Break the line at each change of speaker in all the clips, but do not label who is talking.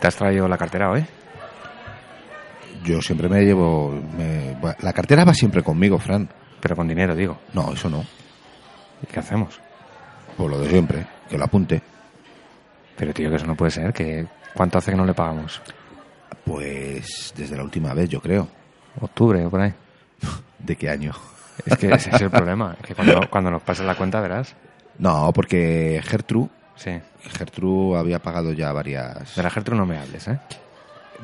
¿Te has traído la cartera hoy?
Yo siempre me llevo... me- va- la cartera va siempre conmigo, Fran.
Pero con dinero, digo.
No, eso no.
¿Y qué hacemos?
Por lo de siempre. Que lo apunte.
Pero tío, que eso no puede ser. Que ¿Cuánto hace que no le pagamos?
Pues desde la última vez, yo creo.
¿Octubre o por ahí?
¿De qué año?
Es que ese es el problema. Que cuando, cuando nos pases la cuenta, verás.
No, porque Gertrude,
Sí.
Gertrude había pagado ya varias...
De la Gertrude no me hables, ¿eh?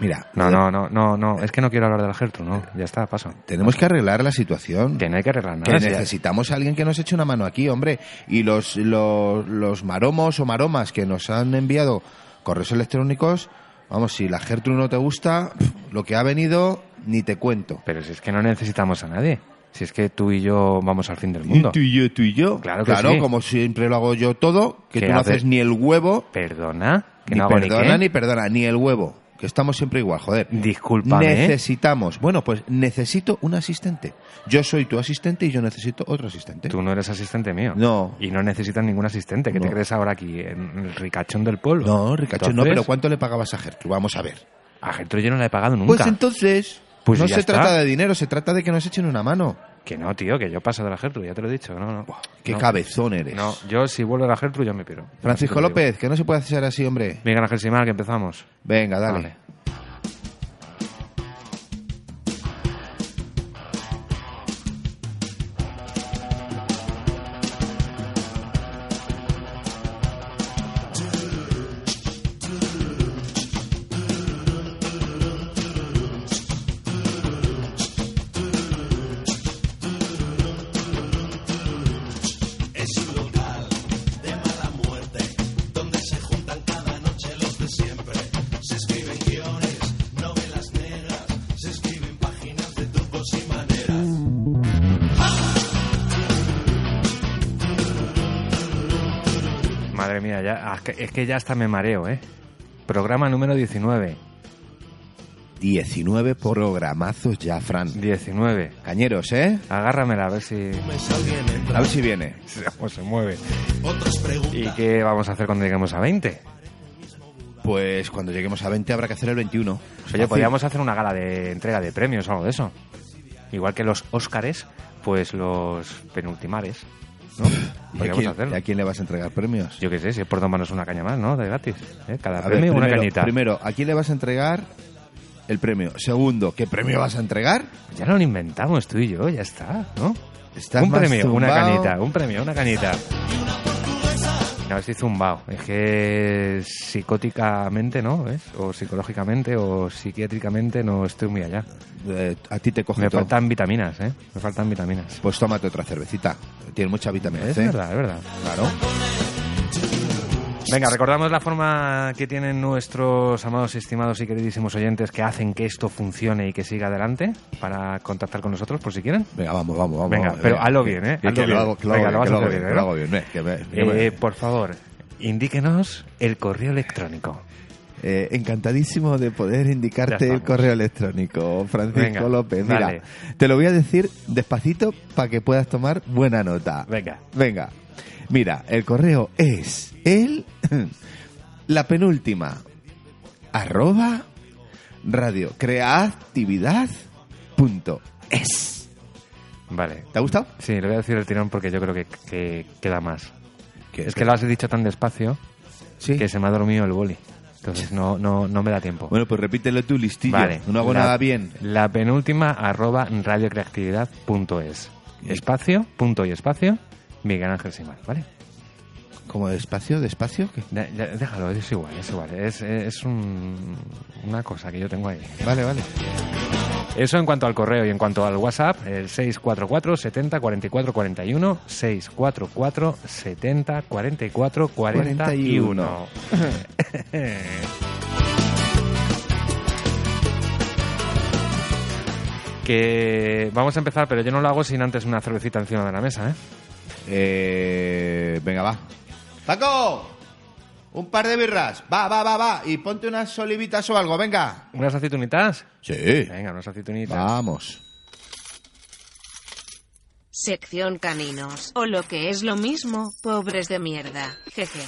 Mira, eh,
No, no, no, no, no. Es que no quiero hablar de la Gertrude, no. Ya está, paso.
tenemos que arreglar la situación.
Que no hay que arreglar
Que
nada. si ya-
necesitamos a alguien que nos eche una mano aquí, hombre. Y los, los, los maromos o maromas que nos han enviado correos electrónicos, vamos, si la Gertrude no te gusta, pf, lo que ha venido, ni te cuento.
Pero si es que no necesitamos a nadie. Si es que tú y yo vamos al fin del mundo.
y yo, tú y yo.
Claro
Claro,
que sí.
como siempre lo hago yo todo, que
¿Qué
tú no
haces?
haces ni el huevo,
Perdona. Que
ni
no hago
perdona,
ni
ni
qué.
perdona, ni el huevo. Que estamos siempre igual, joder.
Discúlpame. ¿eh?
Necesitamos. Bueno, pues necesito un asistente. Yo soy tu asistente y yo necesito otro asistente.
Tú no eres asistente mío.
No.
Y no necesitas ningún asistente. ¿Qué te
No.
crees ahora aquí? en El ricachón del pueblo.
No, Ricacho, no,
Entonces,
pero ¿cuánto le pagabas a Gertrude? Vamos a ver.
A Gertrude yo no la he pagado nunca.
Pues entonces,
Pues
no
ya
se
está.
trata de dinero, se trata de que nos echen una mano.
Que no, tío, que yo paso de la Gertrude, ya te lo he dicho. No, no.
Qué
No.
cabezón eres.
No, yo si vuelvo a la Gertrude yo me piro.
Francisco
Te lo digo.
López, que no se puede hacer así, hombre.
Miguel Ángel Simal, que empezamos.
Venga, dale.
Vale. Madre mía, ya, es que- es que ya hasta me mareo, ¿eh? Programa número 19.
19 programazos ya, Fran.
19.
Cañeros, ¿eh?
Agárramela, a ver si
A ver si viene.
o se mueve. ¿Y qué vamos a hacer cuando lleguemos a 20?
Pues cuando lleguemos a 20 habrá que hacer el 21.
Oye,
Fácil.
podríamos hacer una gala de entrega de premios o algo de eso. Igual que los Óscares, pues los penultimares, ¿no?
¿Y a,
Podríamos
quién,
hacerlo.
y a quién le vas a entregar premios?
Yo qué sé, si es por tomarnos una caña más, ¿no? De gratis. ¿eh? Cada
A ver,
premio una
primero-
cañita.
Primero, ¿a quién le vas a entregar el premio? Segundo, ¿qué premio vas a entregar?
Ya lo inventamos tú y yo, ya está, ¿no?
Estás
un
más
premio, una
zumbao.
canita, un premio, una canita. No, estoy zumbao. Es que psicóticamente, ¿no? ¿Ves? O psicológicamente o psiquiátricamente no estoy muy allá.
Eh, a ti te coge
Me
todo.
faltan vitaminas, ¿eh? Me faltan vitaminas.
Pues tómate otra cervecita. Tiene mucha vitamina
Es
C.
verdad, es verdad.
Claro.
Venga, recordamos la forma que tienen nuestros amados, estimados y queridísimos oyentes que hacen que esto funcione y que siga adelante para contactar con nosotros por si quieren.
Venga, vamos, vamos, vamos.
Venga,
vamos,
pero hazlo bien, ¿eh?
Que
Hazlo
lo
bien.
hago- que lo
Venga,
hago
lo vas
bien,
a hacer
que
bien,
lo hago
¿no?
bien, que me- que me-
Eh, por favor, indíquenos el correo electrónico.
Eh, encantadísimo de poder
Ya
indicarte el
estamos.
correo electrónico, Francisco
Venga,
López. Mira,
dale.
te lo voy a decir despacito para que puedas tomar buena nota.
Venga.
Venga. Mira, el correo es el la penúltima arroba radio es.
Vale.
¿Te ha gustado?
Sí, le voy a decir el tirón porque yo creo que, que queda más. Es que lo has dicho tan despacio
Sí.
que se me ha dormido el boli. Entonces no, no, no me da tiempo.
Bueno, pues repítelo tú, listillo.
Vale.
No hago
La-
nada bien.
La penúltima arroba radiocreatividad.es. Espacio, punto y espacio, Miguel Ángel Simar, ¿vale?
¿Como despacio? ¿Despacio? ¿Qué?
Da- da- Déjalo, es igual, es igual. Es, es un- una cosa que yo tengo ahí.
Vale, vale.
Eso en cuanto al correo y en cuanto al WhatsApp, el 644 70 44 41, 644 70 44 41. que vamos a empezar, pero yo no lo hago sin antes una cervecita encima de la mesa, ¿eh?
Eh, venga, va. ¡Paco! Un par de birras. Va, va, va, va. Y ponte unas olivitas o algo, venga.
¿Unas aceitunitas?
Sí.
Venga, unas aceitunitas.
Vamos.
Sección caninos, o lo que es lo mismo, pobres de mierda, jeje.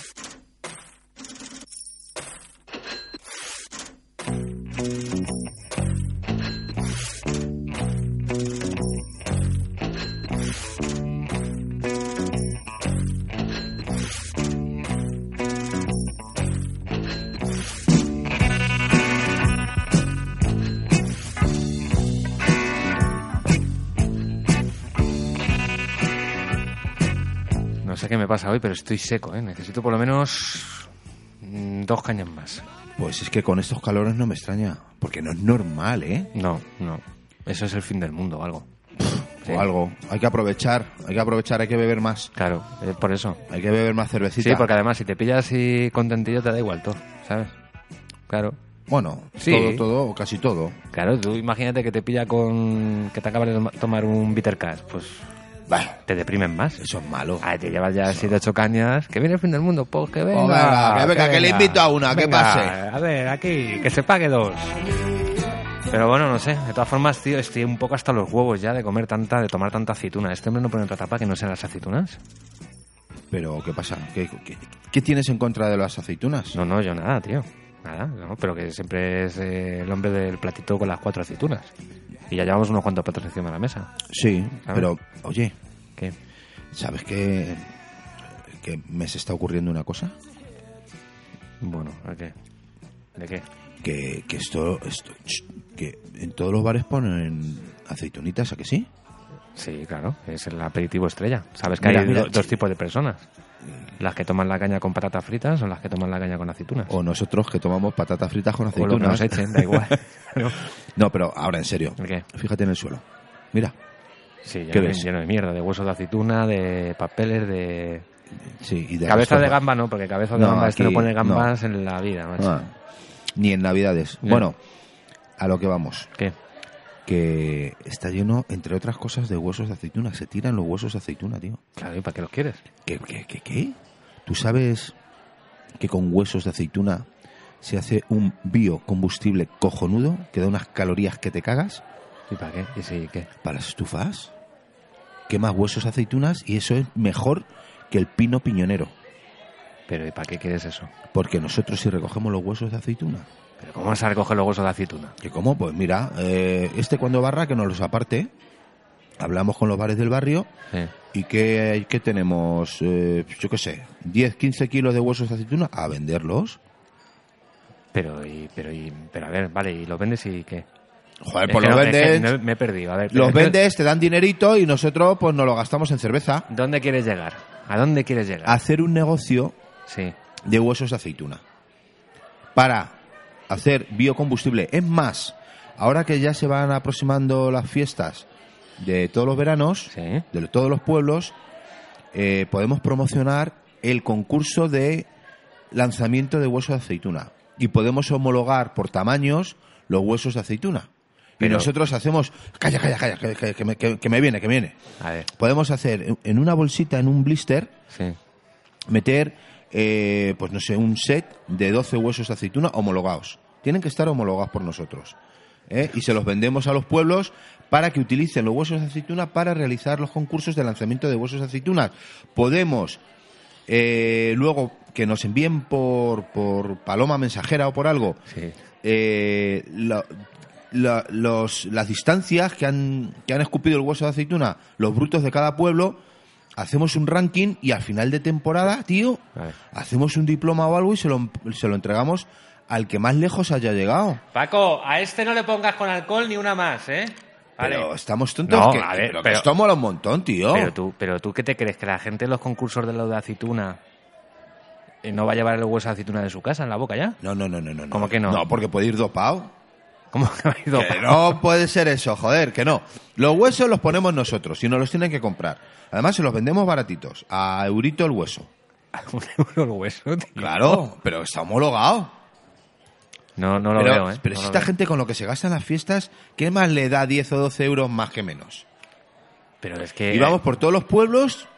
No sé qué me pasa hoy, pero estoy seco, ¿eh? Necesito por lo menos mm, dos cañas más.
Pues es que con estos calores no me extraña. Porque no es normal, ¿eh?
No, no. Eso es el fin del mundo o algo. Sí.
O algo. Hay que aprovechar. Hay que aprovechar. Hay que beber más.
Claro, eh, por eso.
Hay que beber más cervecita.
Sí, porque además si te pillas así contentillo te da igual todo, ¿sabes? Claro.
Bueno,
Sí.
todo, todo, o casi todo.
Claro, tú imagínate que te pilla con... que te acabas de toma- tomar un bitter cash, pues
Bah,
te deprimen más.
eso es malo.
Ah, te llevas ya siete, ocho cañas. Que viene el fin del mundo, pues que venga.
venga, que venga, que le invito a una, que pase.
A ver, aquí, que se pague dos. Pero bueno, no sé. De todas formas, tío, estoy un poco hasta los huevos ya de comer tanta, de tomar tanta aceituna. Este hombre no pone otra tapa que no sean las aceitunas.
Pero, ¿qué pasa? ¿Qué, qué, qué tienes en contra de las aceitunas?
No, no, yo nada, tío. Nada, no, pero que siempre es eh, el hombre del platito con las cuatro aceitunas. Y ya llevamos unos cuantos platos encima de la mesa.
Sí,
A
pero, oye,
¿Qué?
¿sabes qué? Que me se está ocurriendo una cosa.
Bueno, ¿a qué? ¿De qué?
Que, que esto, esto- ch, que en todos los bares ponen aceitunitas, ¿a que sí?
Sí, claro, es el aperitivo estrella. Sabes que
Mira,
hay
mira,
do- dos tipos de personas. Las que toman la caña con patatas fritas o las que toman la caña con aceitunas.
O nosotros que tomamos patatas fritas con
O lo que nos
aceitunas.
echen, da igual. No.
No, pero ahora en serio.
¿El qué?
Fíjate en el suelo. Mira,
Sí,
¿Qué
lleno, de-
ves?
lleno de mierda, de huesos de aceituna, de papeles, de...
sí, y de
cabeza
resto-
de gamba no, porque cabeza de
No,
gamba este no
aquí
pone
no.
gambas en la vida. macho.
Ah, ni en Navidades.
Ya.
Bueno, a lo que vamos.
¿Qué?
Que está lleno, entre otras cosas, de huesos de aceituna. Se tiran los huesos de aceituna, tío.
Claro, ¿y para qué los quieres?
¿Qué, qué, qué, qué? ¿Tú sabes que con huesos de aceituna se hace un biocombustible cojonudo que da unas calorías que te cagas
¿Y para qué? ¿Y sí, qué?
para las estufas? Quemas huesos de aceitunas y eso es mejor que el pino piñonero.
Pero ¿y para qué quieres eso?
Porque nosotros si recogemos los huesos de aceituna,
¿Pero cómo vas a recoger los huesos de aceituna?
¿Y cómo? Pues mira, eh, este cuando barra que nos los aparte, hablamos con los bares del barrio
Sí.
y que, que tenemos, eh, yo qué sé, 10, 15 kilos de huesos de aceituna a venderlos.
Pero, y, pero, y, pero a ver, vale, ¿y los vendes y qué?
Joder,
Es
pues
que
los
no, es que
vendes,
no- me he perdido, a ver. pero
los
entonces,
vendes, te dan dinerito y nosotros pues nos lo gastamos en cerveza.
¿Dónde quieres llegar? ¿A dónde quieres llegar?
Hacer un negocio
Sí.
de huesos de aceituna para hacer biocombustible. Es más, ahora que ya se van aproximando las fiestas de todos los veranos,
Sí.
de todos los pueblos, eh, podemos promocionar el concurso de lanzamiento de huesos de aceituna. Y podemos homologar por tamaños los huesos de aceituna.
Pero-
y nosotros hacemos... Calla, calla, calla, que, que- que me, que- que me viene, que viene.
A ver,
Podemos hacer en- en una bolsita, en un blister,
sí.
meter, eh, pues no sé, un set de 12 huesos de aceituna homologados. Tienen que estar homologados por nosotros. ¿eh? Y se los vendemos a los pueblos para que utilicen los huesos de aceituna para realizar los concursos de lanzamiento de huesos de aceituna. Podemos eh, luego que nos envíen por, por paloma mensajera o por algo
Sí.
eh, la- la- los- las distancias que han, que han escupido el hueso de aceituna, los brutos de cada pueblo, hacemos un ranking y al final de temporada, tío,
Vale.
hacemos un diploma o algo y se lo, se lo entregamos al que más lejos haya llegado.
Paco, a este no le pongas con alcohol ni una más, ¿eh?
Pero estamos tontos.
No,
que,
a
que-
ver,
pero que
pero-
esto mola un montón, tío.
Pero tú, pero tú, ¿qué te crees? ¿Que la gente en los concursos de lo de aceituna ¿Y ¿No va a llevar el hueso de aceituna de su casa en la boca ya?
No, no, no, no, no.
¿Cómo que no?
No, porque puede ir dopado.
¿Cómo que ha ido?
Que no puede ser eso, joder, que no. Los huesos los ponemos nosotros y nos los tienen que comprar. Además, se los vendemos baratitos, a eurito el hueso.
Un euro el hueso, tío.
Claro, pero está homologado.
No, no lo
pero
veo, ¿eh?
pero
No
si
lo
esta
veo.
gente con lo que se gasta en las fiestas, ¿qué más le da 10 o 12 euros más que menos?
Pero es que...
Y vamos por todos los pueblos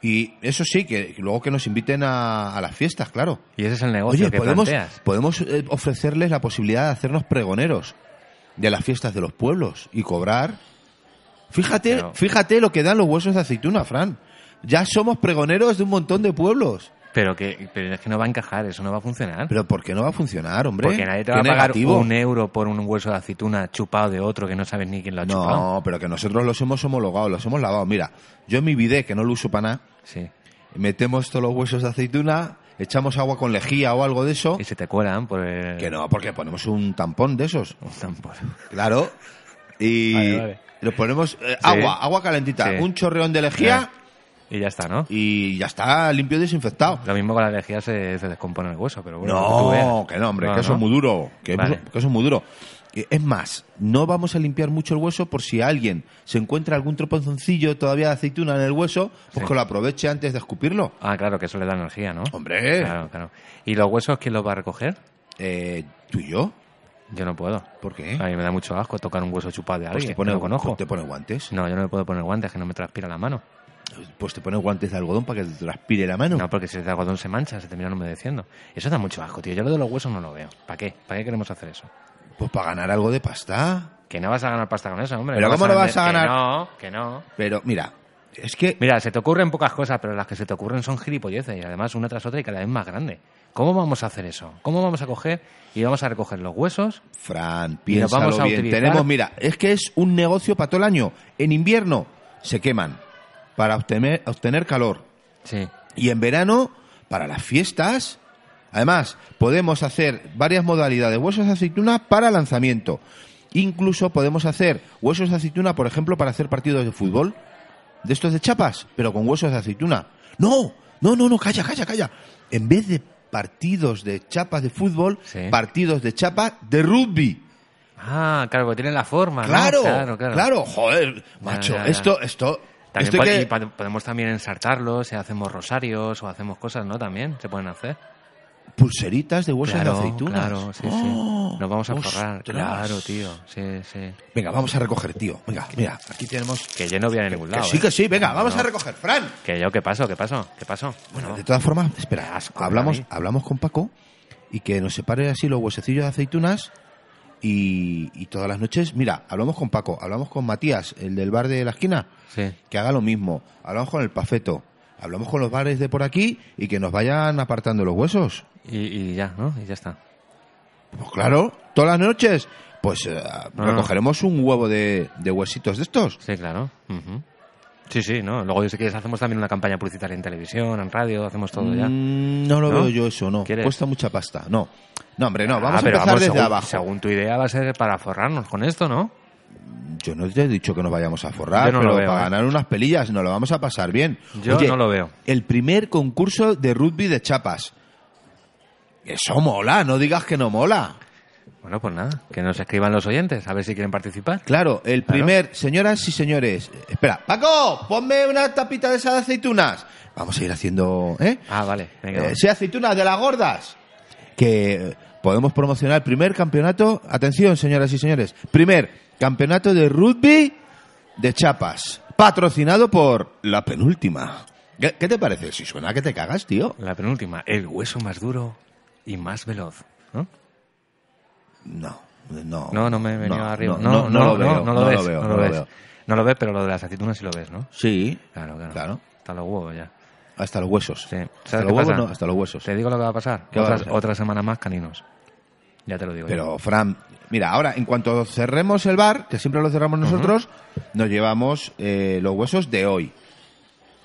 y eso sí, que que luego que nos inviten a, a las fiestas, claro.
Y ese es el negocio
Oye,
que
podemos,
planteas.
podemos eh, ofrecerles la posibilidad de hacernos pregoneros de las fiestas de los pueblos y cobrar. Fíjate,
Pero-
fíjate lo que dan los huesos de aceituna, Fran. Ya somos pregoneros de un montón de pueblos.
Pero, que, pero es que no va a encajar, eso no va a funcionar.
Pero ¿por qué no va a funcionar, hombre?
Porque nadie te
Qué
va a pagar
negativo.
un euro por un hueso de aceituna chupado de otro que no sabes ni quién lo ha chupado.
No, pero que nosotros los hemos homologado, los hemos lavado. Mira, yo en mi bidé, que no lo uso para nada,
Sí.
metemos todos los huesos de aceituna, echamos agua con lejía o algo de eso.
Y se te cuelan por el...
Que no, porque ponemos un tampón de esos.
Un tambor.
Claro. Y
Vale, vale.
los ponemos eh,
Sí.
agua, agua calentita,
Sí.
un chorreón de lejía
Y ya está, ¿no?
y ya está limpio y desinfectado.
Lo mismo con la lejía se, se descompone el hueso, pero bueno. que tú
No,
veas.
que no, hombre, que eso
no.
es muy duro. Que,
Vale.
que eso es muy duro. Eh, Es más, no vamos a limpiar mucho el hueso por si alguien se encuentra algún troponzoncillo todavía de aceituna en el hueso, pues
Sí.
que lo aproveche antes de escupirlo.
Ah, claro, que eso le da energía, ¿no?
Hombre.
Claro, claro. ¿Y los huesos quién los va a recoger?
Eh, ¿Tú y yo?
Yo no puedo.
¿Por qué?
A mí me da mucho asco tocar un hueso chupado de
¿Eh? Pues
alguien.
te
que
pone,
no conozco. Mm.
pues te pone guantes.
No, yo no me puedo poner guantes, que no me transpira la mano.
Pues te pone guantes de algodón para que te transpire la mano.
No, porque si el algodón se mancha, se termina humedeciendo. Eso da mucho asco, tío. Yo lo de los huesos no lo veo. ¿Para qué? ¿Para qué queremos hacer eso?
Pues para ganar algo de pasta.
Que no vas a ganar pasta con eso, hombre.
Pero ¿cómo no vas a
vender-
ganar?
Que no, que no.
Pero mira, es que
Mira, se te ocurren pocas cosas, pero las que se te ocurren son gilipolleces y además una tras otra y cada vez más grande. ¿Cómo vamos a hacer eso? ¿Cómo vamos a coger y vamos a recoger los huesos? Y
Fran,
nos
piénsalo
vamos a
bien.
utilizar-
Tenemos, mira, es que es un negocio para todo el año. En invierno se queman para obtener, obtener calor.
Sí.
Y en verano, para las fiestas. Además, podemos hacer varias modalidades. Huesos de aceituna para lanzamiento. Incluso podemos hacer huesos de aceituna, por ejemplo, para hacer partidos de fútbol. De estos de chapas, pero con huesos de aceituna. No, no, no, no, calla, calla, calla. En vez de partidos de chapas de fútbol,
Sí.
partidos de chapas de rugby.
Ah, claro, porque tienen la forma. ¿no?
Claro,
claro, claro.
joder, macho,
Ya, ya, ya.
esto, esto,
También
esto
pod-
hay
y
que-
pod- podemos también ensartarlos, si hacemos rosarios o hacemos cosas, ¿no? También se pueden hacer.
pulseritas de huesos
claro,
de aceitunas.
Claro, sí,
Oh,
sí. Nos vamos a
ostras.
forrar. Claro, tío. Sí, sí.
Venga, vamos a recoger, tío. Venga, mira, aquí tenemos.
Que yo no voy a ningún
Que
lado.
sí,
¿eh?
que sí, venga,
No,
vamos
no.
a recoger, Fran.
Que yo, ¿qué pasó? ¿Qué pasó? ¿Qué pasó?
Bueno,
No.
de todas formas, espera,
asco,
hablamos,
Dani.
hablamos con Paco y que nos separe así los huesecillos de aceitunas y, y todas las noches, mira, hablamos con Paco, hablamos con Matías, el del bar de la esquina,
Sí.
que haga lo mismo, hablamos con el Pafeto, hablamos con los bares de por aquí y que nos vayan apartando los huesos.
Y, y ya, ¿no? Y ya está.
Pues claro, todas las noches, pues eh,
no.
recogeremos un huevo de, de huesitos de estos.
Sí, claro. Ujú. Sí, sí, ¿no? Luego, si quieres, hacemos también una campaña publicitaria en televisión, en radio, hacemos todo ya.
Mm, no lo
¿No?
veo yo eso, no.
¿Quieres?
Cuesta mucha pasta, no. No, hombre, no, vamos
Ah,
a
pero
empezar
vamos,
desde
según,
abajo.
Según tu idea va a ser para forrarnos con esto, ¿no?
Yo no te he dicho que nos vayamos a forrar,
Yo no lo
pero
veo,
para
¿eh?
ganar unas pelillas nos lo vamos a pasar bien.
Yo
Oye,
no lo veo.
El primer concurso de rugby de chapas. Eso mola, no digas que no mola.
Bueno, pues nada, que nos escriban los oyentes, a ver si quieren participar.
Claro, el
Claro.
primer, señoras y señores, espera, Paco, ponme una tapita de esas de aceitunas. Vamos a ir haciendo, ¿eh?
Ah, vale, venga.
Eh, sí, aceitunas de las gordas. Que eh, podemos promocionar el primer campeonato. Atención, señoras y señores. Primer campeonato de rugby de Chapas. Patrocinado por la penúltima. ¿Qué, qué te parece? Si suena que te cagas, tío.
La penúltima, el hueso más duro y más veloz. ¿no?
No, no.
No, no me he venido arriba.
No, no, lo veo.
no lo ves,
veo.
no lo ves. No lo ves, pero lo de las aceitunas sí lo ves, ¿no?
Sí,
Claro, claro.
Claro.
Hasta los huevos ya.
hasta los huesos.
Sí.
Hasta
¿Sabes
los
qué
huevos
pasa?
no, hasta los huesos.
Te digo lo que va a pasar.
¿Qué va a
Otras-
pasar?
Otra semana más, caninos. Ya te lo digo. yo.
Pero, Fran, mira, ahora, en cuanto cerremos el bar, que siempre lo cerramos nosotros, nos llevamos eh, los huesos de hoy.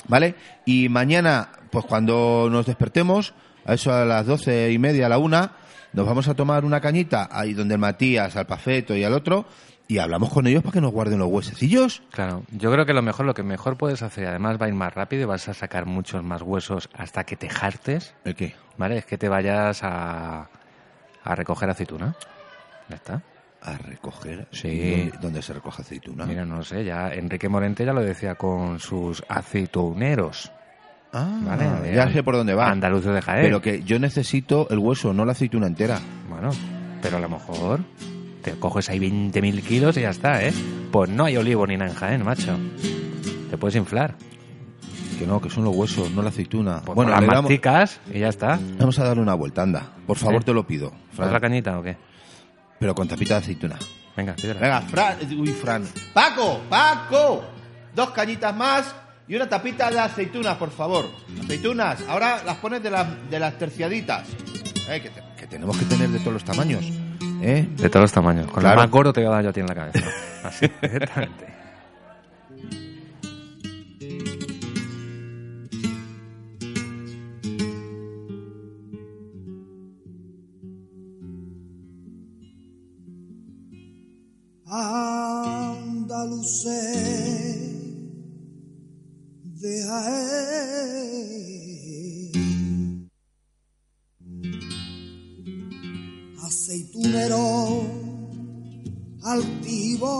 ¿Vale? Y mañana, pues cuando nos despertemos, a eso a las doce y media, a la una, nos vamos a tomar una cañita ahí donde el Matías, al Pafeto y al otro, y hablamos con ellos para que nos guarden los huesecillos.
Claro, yo creo que lo mejor, lo que mejor puedes hacer, además va a ir más rápido y vas a sacar muchos más huesos hasta que te jartes,
¿El qué?
¿vale? Es que te vayas a, a recoger aceituna. Ya está.
A recoger.
Sí.
¿Dónde, dónde se recoge aceituna?
Mira, no lo sé, ya Enrique Morente ya lo decía con sus aceituneros.
Ah,
Vale, ¿eh?
ya
de-
sé por dónde va.
Andaluces de Jaén.
Pero que yo necesito el hueso, no la aceituna entera.
Bueno, pero a lo mejor te coges ahí 20.000 kilos y ya está, ¿eh? Pues no hay olivo ni nada en Jaén, macho. Te puedes inflar.
Que no, que son los huesos, no la aceituna.
Pues
bueno,
con
le
las
damos,
masticas y ya está.
vamos a darle una vuelta, anda. Por favor,
Sí.
te lo pido. Fran.
¿Otra cañita o qué?
Pero con tapita de aceituna.
Venga, pídela.
Venga, Fran. Uy, Fran. ¡Paco! ¡Paco! Dos cañitas más y una tapita de aceitunas, por favor. Aceitunas, ahora las pones de, las de las terciaditas. Eh, que, te- que tenemos que tener de todos los tamaños. ¿Eh?
De todos los tamaños. Con
Claro.
el más gordo te voy a dar yo a ti en la cabeza. Así, directamente.
Andalucé de Jaén. Aceitunero altivo,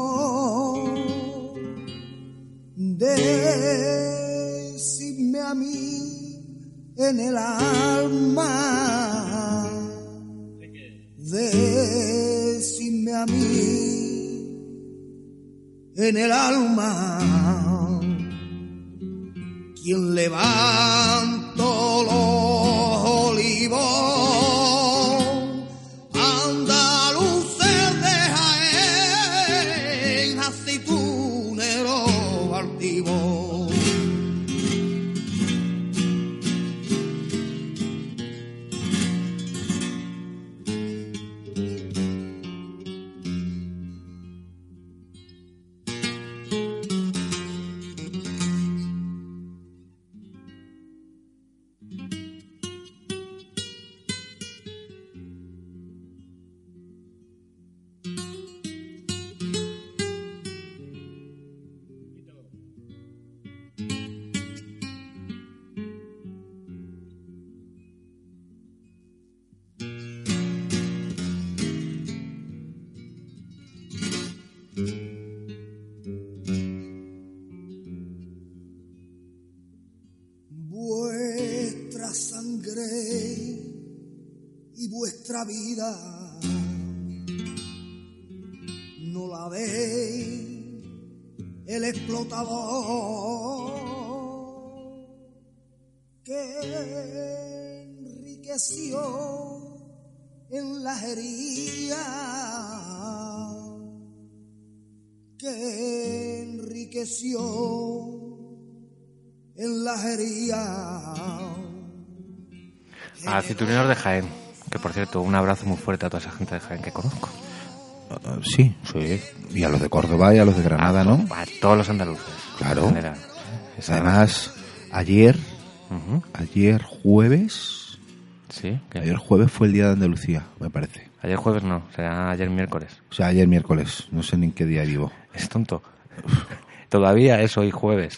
decidme a mí en el alma, decidme a mí en el alma. Quien levanto los olivos, andaluces de Jaén, aceitunero altivo. vuestra sangre y vuestra vida no la ve el explotador que enriqueció en la herida que enriqueció en la herida.
A aceituneros de Jaén. Que por cierto, un abrazo muy fuerte a toda esa gente de Jaén que conozco.
sí, sí. Y a los de Córdoba y a los de Granada, ¿no?
A todos los andaluces.
Claro.
En general. Esa-
Además, ayer,
Ujú.
ayer jueves,
Sí. que-
ayer jueves fue el día de Andalucía, me parece.
Ayer jueves no, será ayer miércoles.
O sea, ayer miércoles, no sé ni en qué día vivo.
Es tonto. Todavía es hoy jueves.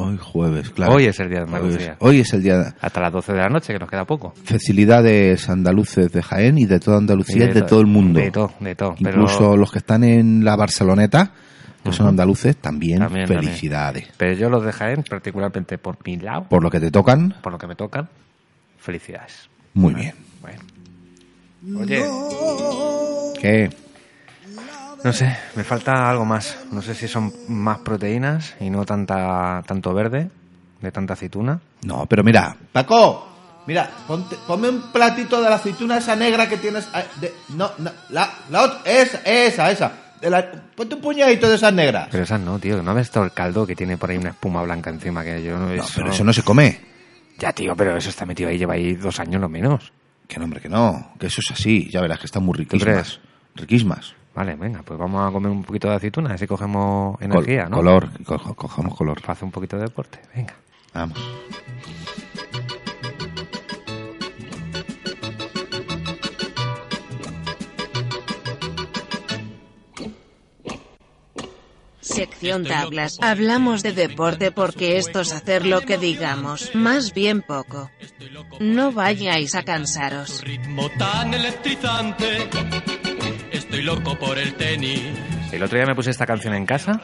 Hoy jueves, claro.
Hoy es el día de
Hoy
Andalucía.
es- Hoy es el día de
Hasta las 12 de la noche, que nos queda poco.
facilidades andaluces de Jaén y de toda Andalucía, y de, todo el mundo.
De todo, de todo. Pero-
Incluso los que están en la Barceloneta, que son andaluces, también,
También, también.
felicidades.
Pero yo los de Jaén, particularmente por mi lado, por,
Por lo que te tocan,
lo que me tocan, felicidades.
muy bien.
Bueno.
¿Qué?
No sé, me falta algo más. No sé si son más proteínas y no tanta tanto verde, de tanta aceituna.
No, pero mira,
Paco, mira, ponte- ponme un platito de la aceituna esa negra que tienes. ah, de- no, no, la, la otra, esa, esa, esa. De la- ponte un puñadito de esas negras.
Pero esas no, tío. ¿No ves todo el caldo que tiene por ahí una espuma blanca encima? Que yo no,
no, pero eso no se come.
Ya, tío, pero eso está metido ahí, lleva ahí dos años lo menos.
Que no, hombre, que no. Que eso es así. Ya verás que están muy
crees?
riquísimas. Riquísimas.
Vale, venga, pues vamos a comer un poquito de aceituna, así cogemos
Col-
energía, ¿no?
Color, co- co- cojamos color.
Para hacer un poquito de deporte, venga.
Vamos.
sección tablas, hablamos de deporte porque esto es hacer lo que digamos, más bien poco. No vayáis a cansaros.
ritmo tan electrizante. Estoy loco por el tenis.
El otro día me puse esta canción en casa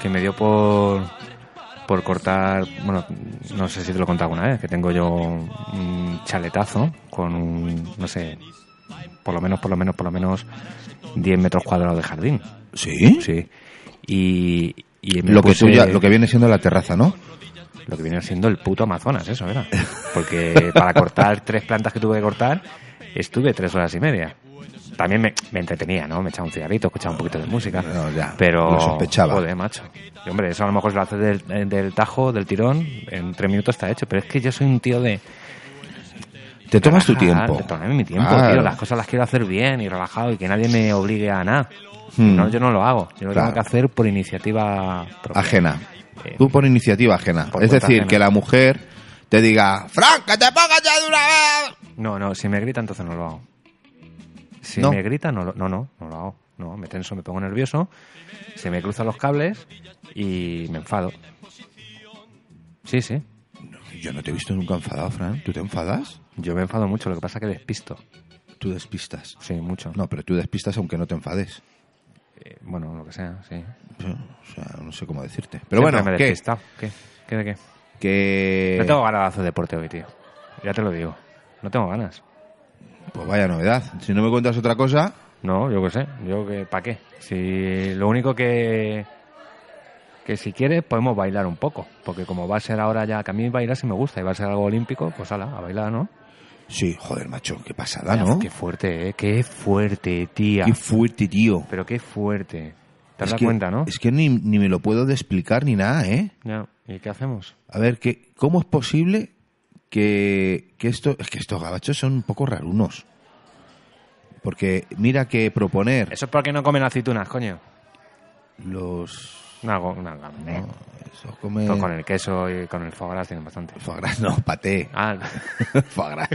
que me dio por por cortar, bueno, no sé si te lo he contado alguna vez, que tengo yo un chaletazo con un, no sé, por lo menos, por lo menos, por lo menos 10 metros cuadrados de jardín.
¿Sí?
Sí. Y, y me
Lo que, tú
puse-
ya- lo que viene siendo la terraza, ¿no?
lo que viene siendo el puto Amazonas, eso era. Porque para cortar tres plantas que tuve que cortar, estuve tres horas y media. También me, me entretenía, ¿no? Me echaba un cigarrito, escuchaba un poquito de música.
No, ya,
pero.
lo sospechaba.
Joder, macho. Y, hombre, eso a lo mejor se lo hace del, eh, del tajo, del tirón, en tres minutos está hecho. Pero es que yo soy un tío de.
Te tomas tu
relajar,
tiempo.
de tomarme Ah, mi tiempo,
Claro.
tío. Las cosas las quiero hacer bien y relajado y que nadie me obligue a nada.
Hmm.
No, yo no lo hago. Yo lo
Claro.
tengo que hacer por iniciativa propia.
Ajena.
Eh,
Tú por iniciativa ajena.
por
Es
cuenta
decir,
ajena.
que la mujer te diga, Frank, que te pongas ya de una vez.
No, no, si me grita entonces no lo hago. Si
No.
me grita no, lo- no, no, no lo hago. No, me tenso, me pongo nervioso, se me cruzan los cables y me enfado. Sí, sí,
Yo no te he visto nunca enfadado, Frank. ¿Tú te enfadas?
yo me enfado mucho, lo que pasa es que despisto.
Tú despistas.
Sí, mucho.
No, pero tú despistas aunque no te enfades.
Eh, bueno, lo que sea, sí.
O sea, no sé cómo decirte. Pero bueno,
me he
¿qué?
despistado. ¿Qué? ¿Qué de qué? Eh.
Que...
No tengo ganas de hacer deporte hoy, tío. Ya te lo digo. No tengo ganas.
Pues vaya novedad. Si no me cuentas otra cosa,
No, yo qué sé. Yo que, ¿para qué? Si lo único que que si quieres podemos bailar un poco, porque como va a ser ahora ya que a mí bailar sí me gusta y va a ser algo olímpico, pues ala, a bailar, ¿no?
sí, joder, macho, qué pasada, Ah, ¿no?
Qué fuerte, eh, qué fuerte, tía.
Qué fuerte, tío.
Pero qué fuerte. ¿Te
Es
das
que-
cuenta, no?
Es que ni, ni me lo puedo de explicar ni nada, ¿eh?
Ya. ¿Y qué hacemos?
A ver, ¿qué, ¿cómo es posible que, que esto... Es que estos gabachos son un poco rarunos. Porque mira que proponer
Eso es porque no comen aceitunas, coño.
los...
No, go- no, no,
No,
no.
eso come...
Todo Eh. Con el queso y con el foie gras tienen bastante.
Foie gras, no, paté.
Ah,
Foie gras.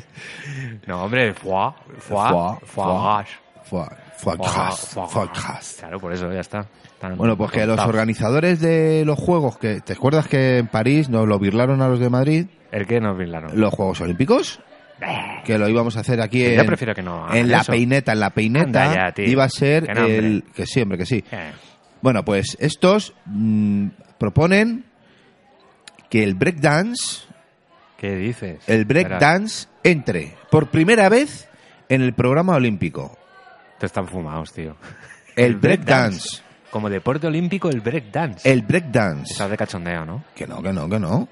no, hombre, foie, foie,
Foie,
foie, gras.
Foie, foie gras.
Foie-
Foie gras.
Claro, por eso ya está. Tan-
Bueno, pues que los
tan-
organizadores de los juegos, que ¿te acuerdas que en París nos lo birlaron a los de Madrid?
El que nos bailaron.
Los Juegos Olímpicos, que lo íbamos a hacer aquí
Eh. Yo
en,
prefiero que no hagan
en la
eso.
peineta, en la peineta
Anda ya, tío.
iba a ser
Que no, hombre.
el que siempre que sí.
Eh,
Bueno, pues estos mm, proponen que el breakdance,
¿Qué dices?
el breakdance entre por primera vez en el programa olímpico.
Espera, Te están fumados, tío.
El breakdance,
Como deporte olímpico, el breakdance.
el breakdance.
Estás de cachondeo, ¿no?
Que no, que no, que no.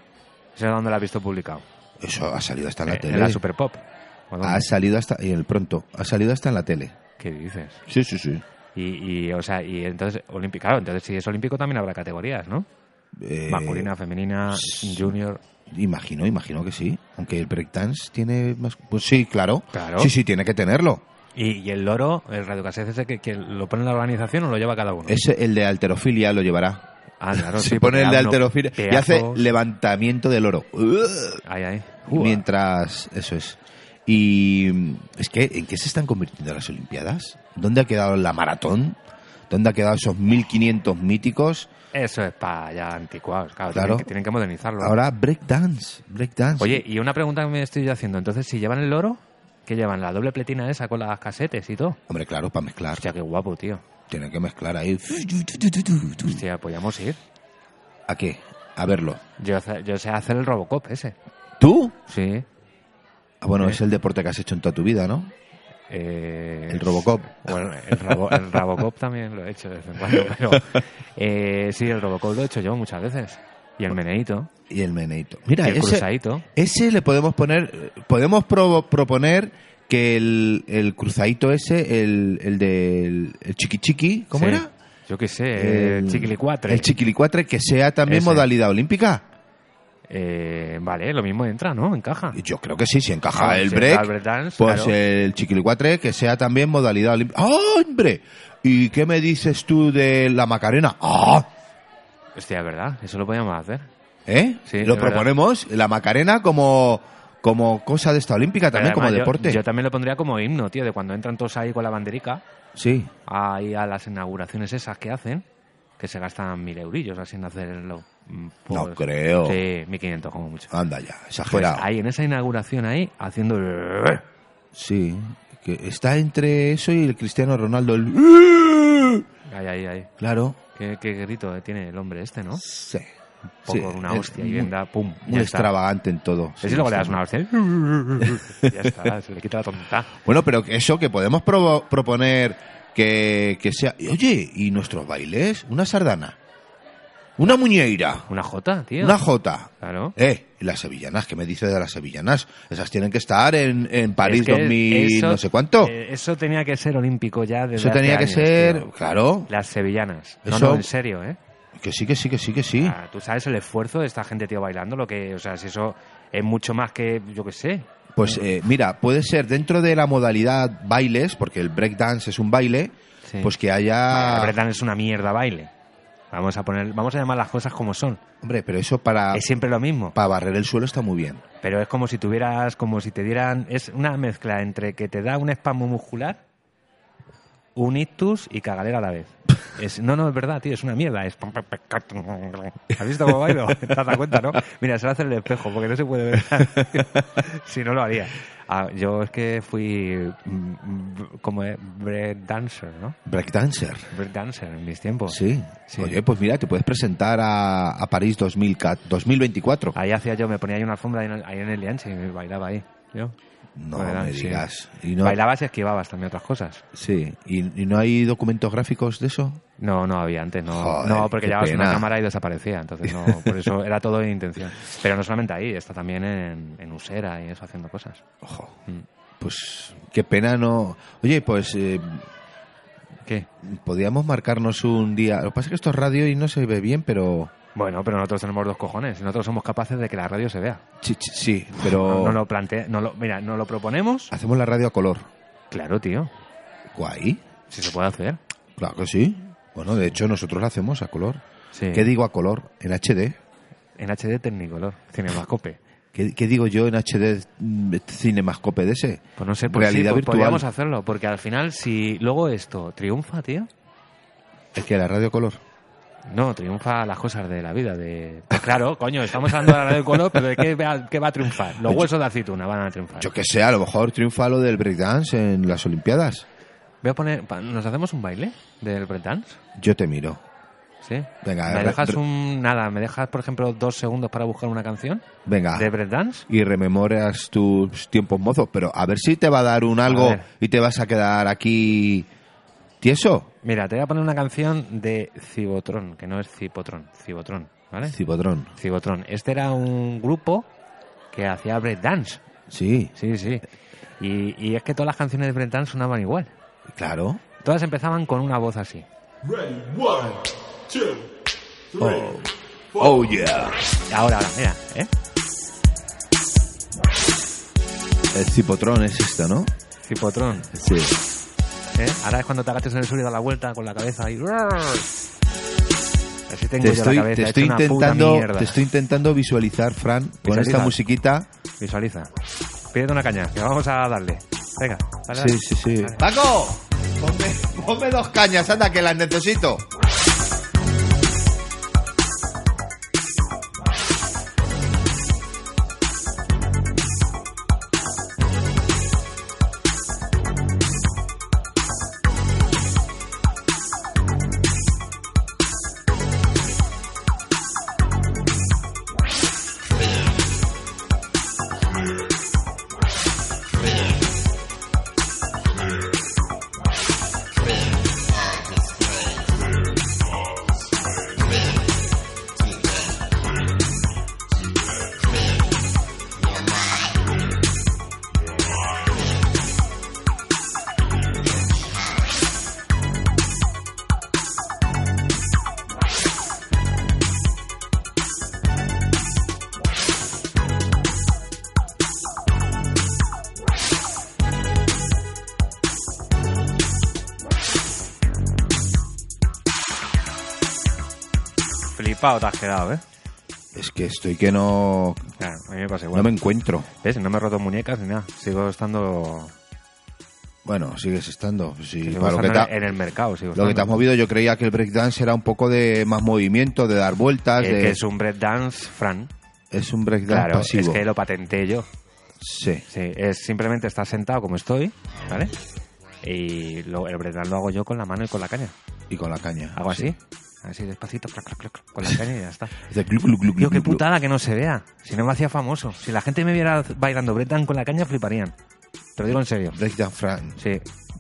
Eso es donde lo has visto publicado.
Eso ha salido hasta en la
Eh,
tele.
en la Super Pop. ¿O dónde?
Ha salido hasta y en el pronto, ha salido hasta en la tele.
¿Qué dices?
Sí, sí, sí.
Y, y, o sea, y entonces, olímpico, claro, entonces si es olímpico también habrá categorías, ¿no?
Eh,
Masculina, femenina, junior.
Imagino, imagino que sí. Aunque el breakdance tiene más. Pues sí, claro.
Claro.
Sí, sí, tiene que tenerlo.
Y, y el loro, el radiocasete ese que, que lo pone la organización o lo lleva cada uno.
Ese, el de alterofilia lo llevará.
Ah, claro,
Se
sí,
pone
porque
el de
da unos
alterofilia y hace
pedazos.
levantamiento del oro.
Ay, ay.
Mientras. Eso es. Y. mm, Es que, ¿en qué se están convirtiendo las Olimpiadas? ¿Dónde ha quedado la maratón? ¿Dónde ha quedado esos 1500 míticos?
Eso es para ya anticuados, claro.
Claro.
Tienen, que, tienen que modernizarlo.
Ahora breakdance. Breakdance.
Oye, y una pregunta que me estoy yo haciendo. Entonces, si llevan el loro, ¿qué llevan? La doble pletina esa con las casetes y todo.
Hombre, claro, para mezclar.
Hostia, qué guapo, tío.
Tiene que mezclar ahí.
Hostia, pues podíamos ir.
¿A qué? A verlo.
Yo, hace- yo sé hacer el Robocop ese.
¿Tú?
Sí.
Ah, bueno, es el deporte que has hecho en toda tu vida, ¿no?
Eh,
El Robocop.
Bueno, el, Robo- el Robocop también lo he hecho de vez en cuando, pero eh, sí, el Robocop lo he hecho yo muchas veces. Y el meneíto,
Y el meneito. Pues Mira,
y el
ese,
cruzadito.
ese le podemos poner. Podemos pro- proponer que el, el cruzadito ese, el, el del el chiquichiqui, ¿cómo
Sí.
era? Eh,
Yo qué sé, el, chiquilicuatre.
El chiquilicuatre, que sea también
Ese.
modalidad olímpica.
Eh, vale, lo mismo entra, ¿no? Encaja.
Yo creo que sí, si encaja
Ah,
el
si
break.
entra el breakdance,
pues
claro.
el chiquilicuatre, que sea también modalidad olímpica. ¡Ah, hombre! ¿Y qué me dices tú de la Macarena? ¡Ah!
Hostia, ¿verdad? Eso lo podíamos hacer.
¿Eh?
Sí,
lo
es verdad.
proponemos, la Macarena como, como cosa de esta olímpica también,
Pero
como
además yo-
deporte.
Yo, también lo pondría como himno, tío, de cuando entran todos ahí con la banderica,
Sí.
ahí a las inauguraciones esas que hacen, que que se gastan mil eurillos así en hacerlo. mm,
No creo.
Sí, 1500 como mucho.
Anda ya,
Pues
exagerado.
ahí, en esa inauguración ahí, haciendo... el-
Sí, que está entre eso y el Cristiano Ronaldo. el-
Ahí, ahí, ahí.
Claro.
Qué, qué grito eh, tiene el hombre este, ¿no?
Sí.
poco,
Sí,
una
es
hostia y
muy-
bien da, pum,
Muy
ya está.
extravagante en todo.
Es
Sí,
si luego le das
está
una hostia. ya está, se le quita la tonta.
Bueno, pero que eso que podemos probo- proponer que, que sea. y Oye, ¿y nuestros bailes? Una sardana. Una muñeira.
Una jota, tío.
Una jota.
Claro.
Eh, ¿y las sevillanas? ¿Qué me dices de las sevillanas? Esas tienen que estar en, en París
Es que
2000,
eso-
no sé cuánto.
eh, eso tenía que ser olímpico ya desde
eso tenía que
hace años,
ser.
tío.
Claro.
Las sevillanas. No,
Eso-
no, en serio, ¿eh?
Que sí, que sí, que sí, que sí.
Ah, Tú sabes el esfuerzo de esta gente, tío, bailando. Lo que, o sea, si eso es mucho más que, yo qué sé.
Pues eh, mira, puede ser dentro de la modalidad bailes, porque el breakdance es un baile,
Sí.
pues que haya...
El breakdance es una mierda baile. Vamos a poner, vamos a llamar las cosas como son.
Hombre, pero eso para,
Es siempre lo mismo.
para barrer el suelo está muy bien.
Pero es como si tuvieras, como si te dieran, es una mezcla entre que te da un espasmo muscular, un ictus y cagalera a la vez. Es, no, no, es verdad, tío, es una mierda. Es... ¿Has visto cómo bailo? Te has dado cuenta, ¿no? Mira, se lo hace en el espejo porque no se puede ver. si no, lo haría. Ah, yo es que fui mm, mm, como es? breakdancer, ¿no?
Breakdancer.
Breakdancer en mis tiempos.
Sí.
Sí.
Oye, pues mira, te puedes presentar a, a París 2000 ca- 2024.
Ahí hacía yo, me ponía ahí una alfombra ahí en el, ahí en el lienche y bailaba ahí. Yo.
no
Breakdance,
me
sí.
digas. Y no,
Bailabas y esquivabas también otras cosas.
Sí. ¿Y, y no hay documentos gráficos de eso?
No, no había antes, no.
Joder,
no, porque
qué
llevabas una
pena.
cámara y desaparecía, entonces no, por eso era todo de intención. Pero no solamente ahí, está también en, en Usera y eso haciendo cosas.
Ojo.
Mm.
Pues qué pena no... Oye, pues... eh,
¿Qué?
Podíamos marcarnos un día. Lo que pasa es que esto es radio y no se ve bien, pero.
Bueno, pero nosotros tenemos dos cojones, nosotros somos capaces de que la radio se vea.
Sí, sí, sí, pero.
No, no lo plantea, no lo, mira, no lo proponemos.
Hacemos la radio a color.
Claro, tío,
Guay.
si se puede hacer.
Claro que sí. Bueno, de hecho, nosotros la hacemos a color.
Sí.
¿Qué digo a color? En HD.
En HD Technicolor, Cinemascope.
¿Qué, qué digo yo en HD mm, Cinemascope de ese?
Pues no sé, pues sí,
Realidad
pues
virtual.
podríamos hacerlo, porque al final si luego esto triunfa, tío,
Es que la radio a color.
No, triunfa las cosas de la vida. De... Pues claro, coño, estamos hablando ahora del color, pero ¿de qué, va- qué va a triunfar? Los huesos de aceituna van a triunfar.
Yo que sé, a lo mejor triunfa lo del breakdance en las Olimpiadas.
Voy a poner... pa- ¿Nos hacemos un baile del breakdance?
Yo te miro.
¿Sí?
Venga,
¿Me
re-
dejas
re-
un... Nada, ¿me dejas, por ejemplo, dos segundos para buscar una canción
Venga.
de breakdance?
y rememoras tus tiempos mozos, pero a ver si te va a dar un algo
ver.
y te vas a quedar aquí tieso.
Mira, te voy a poner una canción de Cibotron, que no es Cipotrón, Cibotron, ¿vale?
Cipodrón.
Cibotron. Este era un grupo que hacía breakdance.
Sí,
Sí, sí. Y, y es que todas las canciones de breakdance sonaban igual.
claro.
Todas empezaban con una voz así.
Oh, oh, yeah.
Ahora, ahora, mira, ¿eh?
El cipotrón es esto, ¿no?
Cipotrón,
Sí.
¿eh? Ahora es cuando te agachas en el suelo y das la vuelta con la cabeza y... Así tengo
Te
yo
estoy,
la cabeza,
te
he
estoy
hecho una puta
intentando,
mierda.
te estoy intentando visualizar, Fran, con
Visualiza.
esta musiquita.
Visualiza. Pídete una caña, que vamos a darle. Venga, dale,
Sí,
dale.
sí, sí.
Vale.
¡Paco!
Ponme, ponme dos cañas, anda, que las necesito.
Flipado te has quedado, ¿eh?
Es que estoy que no,
Claro, a mí me pasa
no
igual.
me encuentro.
¿Ves? No me he roto muñecas ni nada. Sigo estando...
Bueno, sigues estando. Sí,
Sigo
para lo que
estando
te ha-
en el mercado, sigo
Lo que te has
estando.
movido, yo creía que el breakdance era un poco de más movimiento, de dar vueltas,
Que-
de...
que es un breakdance, Fran.
es un breakdance
Claro,
pasivo.
es que lo patenté yo.
Sí.
Sí, es simplemente estar sentado como estoy, ¿vale? Y lo- el breakdance lo hago yo con la mano y con la caña.
Y con la caña.
Hago
sí.
así, así despacito, clac, clac, clac, con la caña y ya está.
Hace glu, glu, glu,
Tío, qué
glu, glu.
putada que no se vea. Si no me hacía famoso. Si la gente me viera bailando breakdance con la caña, fliparían. Te lo digo en serio.
Breakdance Fran.
Sí.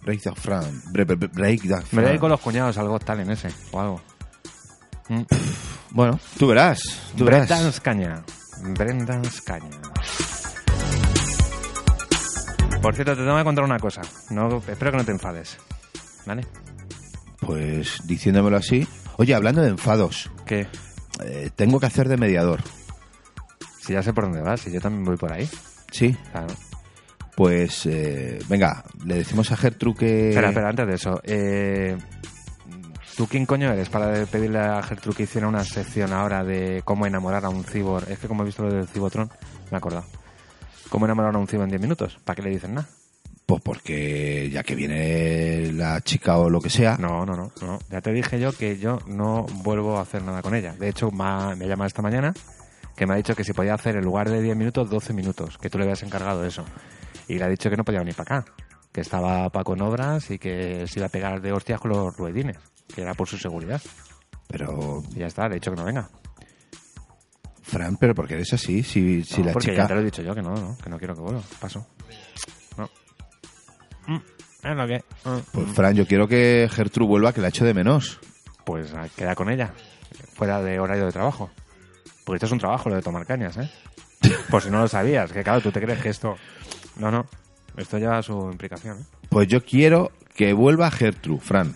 Breakdance Fran. Bre- bre- bre- breakdance
Me
Fran.
voy a ir con los cuñados al Got Talent ese, o algo. Mm.
Bueno, tú verás. Tú verás.
Breakdance caña. Breakdance caña. Por cierto, te tengo que contar una cosa. No, espero que no te enfades. ¿Vale?
Pues diciéndomelo así. Oye, hablando de enfados,
Que
eh, tengo que hacer de mediador.
si ya sé por dónde vas, si yo también voy por ahí.
Sí.
Claro.
Pues eh, venga, le decimos a Gertrude que.
Espera, espera, antes de eso. eh, ¿Tú quién coño eres para pedirle a Gertrude que hiciera una sección ahora de cómo enamorar a un cibor? Es que como he visto lo del cibotron, me he acordado. ¿Cómo enamorar a un cibor en 10 minutos? ¿Para qué le dicen nada?
Pues porque ya que viene la chica o lo que sea.
No, no, no, no. Ya te dije yo que yo no vuelvo a hacer nada con ella. De hecho, ma- me ha llamado esta mañana que me ha dicho que si podía hacer en lugar de 10 minutos, 12 minutos, que tú le habías encargado de eso. Y le ha dicho que no podía venir para acá, que estaba Paco en obras y que se iba a pegar de hostias con los ruedines, que era por su seguridad.
Pero,
Y ya está, le he dicho que no venga.
Fran, pero porque eres así. Si, si
No,
la
porque
chica.
ya te lo he dicho yo que no, no, que no quiero que vuelva. Paso. No. Mm, es lo que. mm.
Pues Fran, yo quiero que Gertrude vuelva, que la echo de menos.
Pues ah, queda con ella, fuera de horario de trabajo. Porque esto es un trabajo, lo de tomar cañas, ¿eh? Por si no lo sabías, que claro, tú te crees que esto. No, no. Esto lleva su implicación, ¿eh?
Pues yo quiero que vuelva Gertrude, Fran.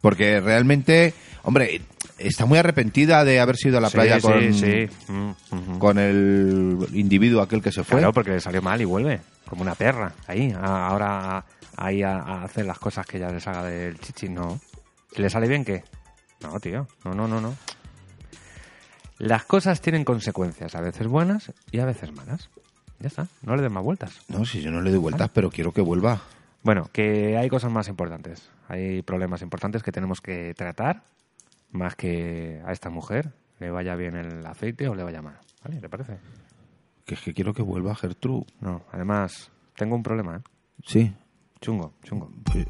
Porque realmente, hombre, está muy arrepentida de haber sido a la
Sí,
playa
sí,
con,
sí. Mm, ujú.
con el individuo aquel que se fue.
Claro, porque le salió mal y vuelve, como una perra, ahí, a- ahora ahí a, a hacer las cosas que ya les haga del chichi, no. ¿Si le sale bien qué? No, tío, no, no, no, no. Las cosas tienen consecuencias, a veces buenas y a veces malas. Ya está, no le des más vueltas.
No, si yo no le doy vueltas, pero quiero que vuelva.
Bueno, que hay cosas más importantes, hay problemas importantes que tenemos que tratar, más que a esta mujer le vaya bien el aceite o le vaya mal. ¿Vale? ¿Te parece?
Que es que quiero que vuelva Gertrude.
No, además, tengo un problema, ¿eh?
Sí.
Chungo, chungo.
Pues-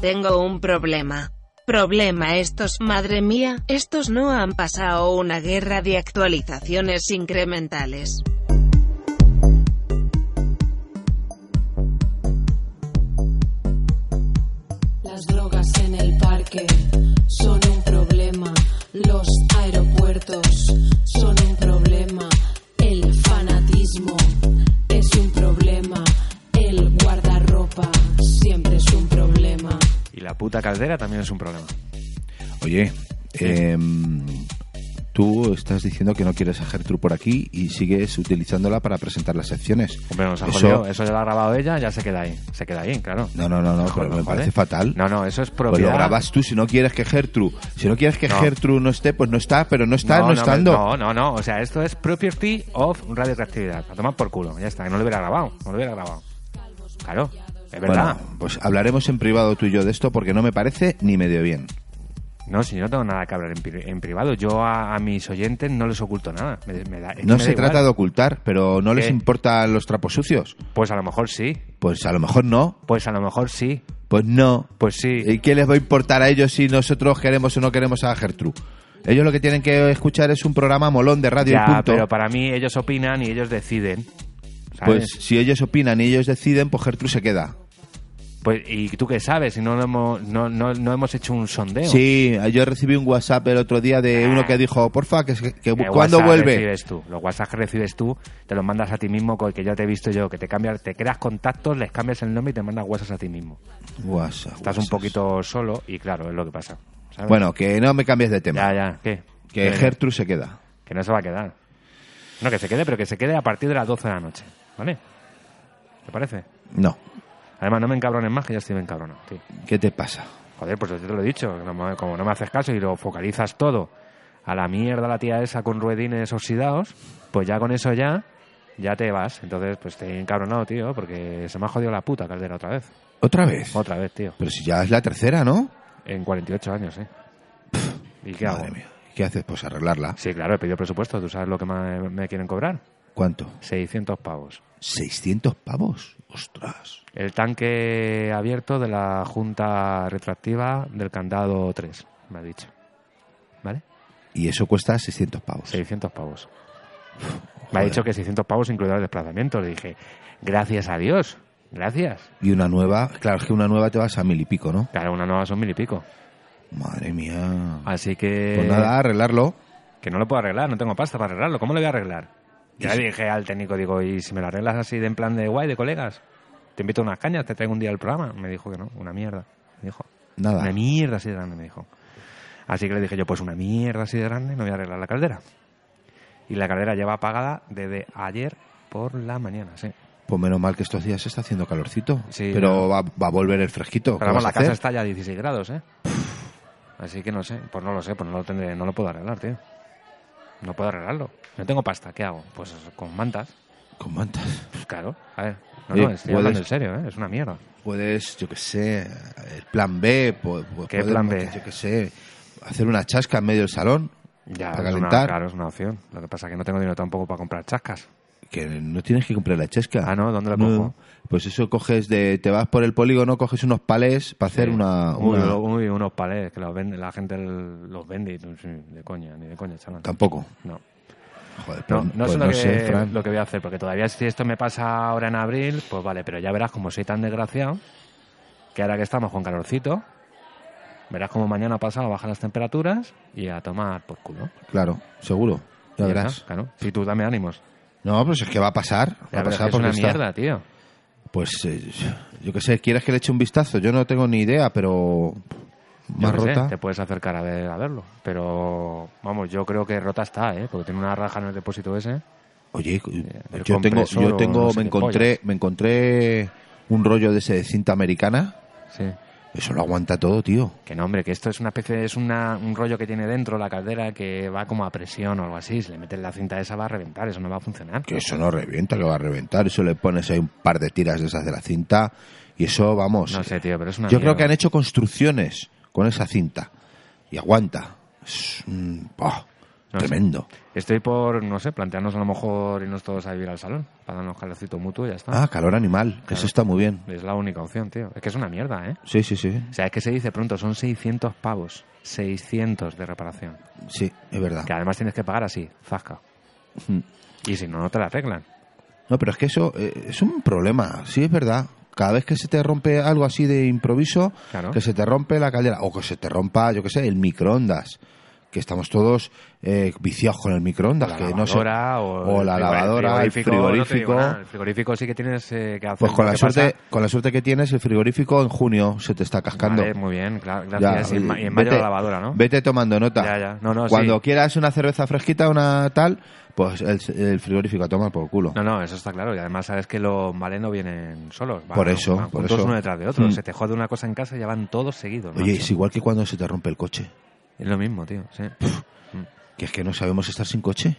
Tengo un problema. Problema estos, madre mía, estos no han pasado una guerra de actualizaciones incrementales.
Las drogas en el parque son un problema. Los aeropuertos son un problema. El fanatismo es un problema. El guardarropa siempre es un problema.
Y la puta caldera también es un problema.
Oye, em, tú estás diciendo que no quieres a Gertrude por aquí y sigues utilizándola para presentar las secciones.
Hombre, nos ha
Eso-
jodido. Eso ya lo ha grabado ella, ya se queda ahí. Se queda ahí, claro.
No, no, no, no,
Joder,
pero me
joder.
parece fatal.
No, no, eso es
Pues
propiedad.
lo grabas tú si no quieres que Gertrude, si no quieres que
No.
Gertrude no esté, pues no está, pero no está, no,
me-
estando.
No, no, no. O sea, esto es property of radioactividad. A tomar por culo. Ya está, que no lo hubiera grabado. No lo hubiera grabado. Claro, es verdad.
Bueno, pues hablaremos en privado tú y yo de esto porque no me parece ni medio bien.
No, si yo no tengo nada que hablar en, pri- en privado. Yo a, a mis oyentes no les oculto nada. Me- me da- es que
No
me da
se
igual.
trata de ocultar, pero no les
¿Qué?
importan los trapos sucios.
Pues a lo mejor sí.
Pues a lo mejor no,
Pues a lo mejor sí.
pues no.
Pues sí.
¿Y qué les va a importar a ellos si nosotros queremos o no queremos a Gertrude? Ellos lo que tienen que escuchar es un programa molón de radio
ya,
y punto.
pero para mí ellos opinan y ellos deciden. ¿sabes?
Pues si ellos opinan y ellos deciden, pues Gertrude se queda.
Pues, ¿y tú qué sabes? Si no, lo hemos, no, no, no hemos hecho un sondeo.
Sí, yo recibí un WhatsApp el otro día de uno que dijo, porfa, que, que- que
El
cuando
Ah. WhatsApp
vuelve.
recibes tú. Los WhatsApp que recibes tú, te los mandas a ti mismo, co- que ya te he visto yo, que te cambias, te creas contactos, les cambias el nombre y te mandas WhatsApp a ti mismo.
WhatsApp,
Estás un
WhatsApp.
poquito solo y claro, es lo que pasa. ¿sabes?
Bueno, que no me cambies de tema.
Ya, ya, ¿qué?
Que
Que-
Gertrude se queda.
que no se va a quedar. No, que se quede, pero que se quede a partir de las 12 de la noche. ¿Vale? ¿Te parece?
No.
Además, no me encabrones más, que ya estoy bien encabronado, tío.
¿Qué te pasa?
Joder, pues yo te lo he dicho, que no me- como no me haces caso y lo focalizas todo a la mierda la tía esa con ruedines oxidados, pues ya con eso ya, ya te vas. Entonces, pues te he encabronado, tío, porque se me ha jodido la puta caldera otra vez.
¿Otra vez?
Otra vez, tío.
Pero si ya es la tercera, ¿no?
En 48 años, ¿eh? ¿Y qué hago?
Madre mía. ¿Qué haces? Pues arreglarla.
Sí, claro, he pedido presupuesto. ¿Tú sabes lo que más me quieren cobrar?
¿Cuánto?
600 pavos.
600 pavos. Ostras.
El tanque abierto de la Junta Retractiva del Candado 3, me ha dicho. ¿Vale?
Y eso cuesta 600 pavos.
600 pavos. Me ha dicho que 600 pavos incluido el desplazamiento. Le dije, gracias a Dios, gracias.
Y una nueva, claro, es que una nueva te vas a mil y pico, ¿no?
Claro, una nueva son mil y pico.
Madre mía.
Así que...
Pues nada, arreglarlo.
Que no lo puedo arreglar, no tengo pasta para arreglarlo. ¿Cómo lo voy a arreglar? Ya le dije al técnico, digo, ¿y si me lo arreglas así de en plan de guay, de colegas? Te invito a unas cañas, te traigo un día al programa. Me dijo que no, una mierda. Me dijo,
Nada.
una mierda así de grande, me dijo. Así que le dije yo, pues una mierda así de grande, no voy a arreglar la caldera. Y la caldera lleva apagada desde ayer por la mañana, sí.
Pues menos mal que estos días está haciendo calorcito.
Sí,
pero
no.
va, va a volver el fresquito. ¿Qué
Pero vamos,
vas a
la casa
hacer?
está ya a 16 grados, ¿eh? Así que no sé, pues no lo sé, pues no lo tendré, no lo puedo arreglar, tío. No puedo arreglarlo. No tengo pasta, ¿qué hago? Pues con mantas,
Con mantas.
pues claro. A ver, no,
Oye,
no, estoy hablando
puedes-
en serio, ¿eh? Es una mierda.
Puedes, yo qué sé, el plan B. po- po-
¿Qué
puedes
plan
montar,
B?
Yo qué sé, hacer una chasca en medio del salón
Ya,
para
es una,
calentar.
claro, es una opción. Lo que pasa es que no tengo dinero tampoco para comprar chascas.
Que no tienes que comprar la chasca.
Ah, ¿no? ¿Dónde la
No,
cojo?
Pues eso coges de, te vas por el polígono, coges unos palés para hacer
Sí.
una,
Uy,
una-
uy, unos palés que los vende, la gente el- los vende y tú, sí, de coña, ni de coña, chaval.
Tampoco.
No.
Joder,
No,
pues-
no
pues
sé, lo,
no
que,
sé, Fran.
lo que voy a hacer, porque todavía si esto me pasa ahora en abril, pues vale, pero ya verás como soy tan desgraciado, que ahora que estamos con calorcito, verás como mañana pasado bajan las temperaturas y a tomar por culo.
Claro, seguro. Ya
Y
verás.
está, claro. Si tú dame ánimos.
No, pues es que va a pasar.
Ya
va a
verás
pasar
que es una
porque está-
mierda, tío.
Pues eh, yo qué sé, ¿quieres que le eche un vistazo? Yo no tengo ni idea, pero
Yo
más
qué sé,
rota.
te puedes acercar a, ver, a verlo. Pero, vamos, yo creo que rota está, ¿eh? Porque tiene una raja en el depósito ese.
Oye,
el
yo tengo,
compresor
yo
o
tengo,
no sé
me
qué
encontré, me encontré un rollo de ese de cinta americana.
Sí.
Eso lo aguanta todo, tío.
Que no, hombre, que esto es una especie, es una- un rollo que tiene dentro la caldera que va como a presión o algo así. Si le metes la cinta esa va a reventar, eso no va a funcionar.
Que eso no revienta, que va a reventar. Eso le pones ahí un par de tiras de esas de la cinta y eso, vamos.
No sé, tío, pero es una
yo
mierda.
creo que han hecho construcciones con esa cinta y aguanta. Es un- ¡buah!
No sé.
tremendo.
Estoy por, no sé, plantearnos a lo mejor irnos todos a vivir al salón para darnos calorcito mutuo y ya está.
Ah, calor animal. que Eso está muy bien.
Es la única opción, tío. Es que es una mierda, ¿eh?
Sí, sí, sí.
O sea, es que se dice pronto, son 600 pavos. 600 de reparación.
Sí, es verdad.
Que además tienes que pagar así, zasca.
Mm.
Y si no, no te la arreglan.
No, pero es que eso eh, es un problema, sí es verdad. Cada vez que se te rompe algo así de improviso,
Claro.
que se te rompe la caldera o que se te rompa, yo qué sé, el microondas, que estamos todos eh, viciados con el microondas, que no sé,
lavadora
o
el
la
frigo-
lavadora, el
no te digo
frigorífico.
nada. el frigorífico sí que tienes eh, que hacer.
pues con
lo
la
que
suerte,
pasa-
con la suerte que tienes el frigorífico en junio se te está cascando.
Vale, muy bien, cla-
Ya,
gracias. y en, ma- y en mayo
vete-
la lavadora, ¿no?
Vete tomando nota.
Ya, ya. No, no, sí.
Cuando quieras una cerveza fresquita, una tal, pues el, el frigorífico a tomar por culo.
No, no, eso está claro. Y además sabes que los males no vienen solos. van-
Por eso,
van
por
juntos
eso.
uno detrás de otro.
Mm.
Se te jode una cosa en casa y ya van todos seguidos.
Oye,
macho.
es igual que cuando se te rompe el coche,
Es lo mismo, tío. Sí.
que es que no sabemos estar sin coche.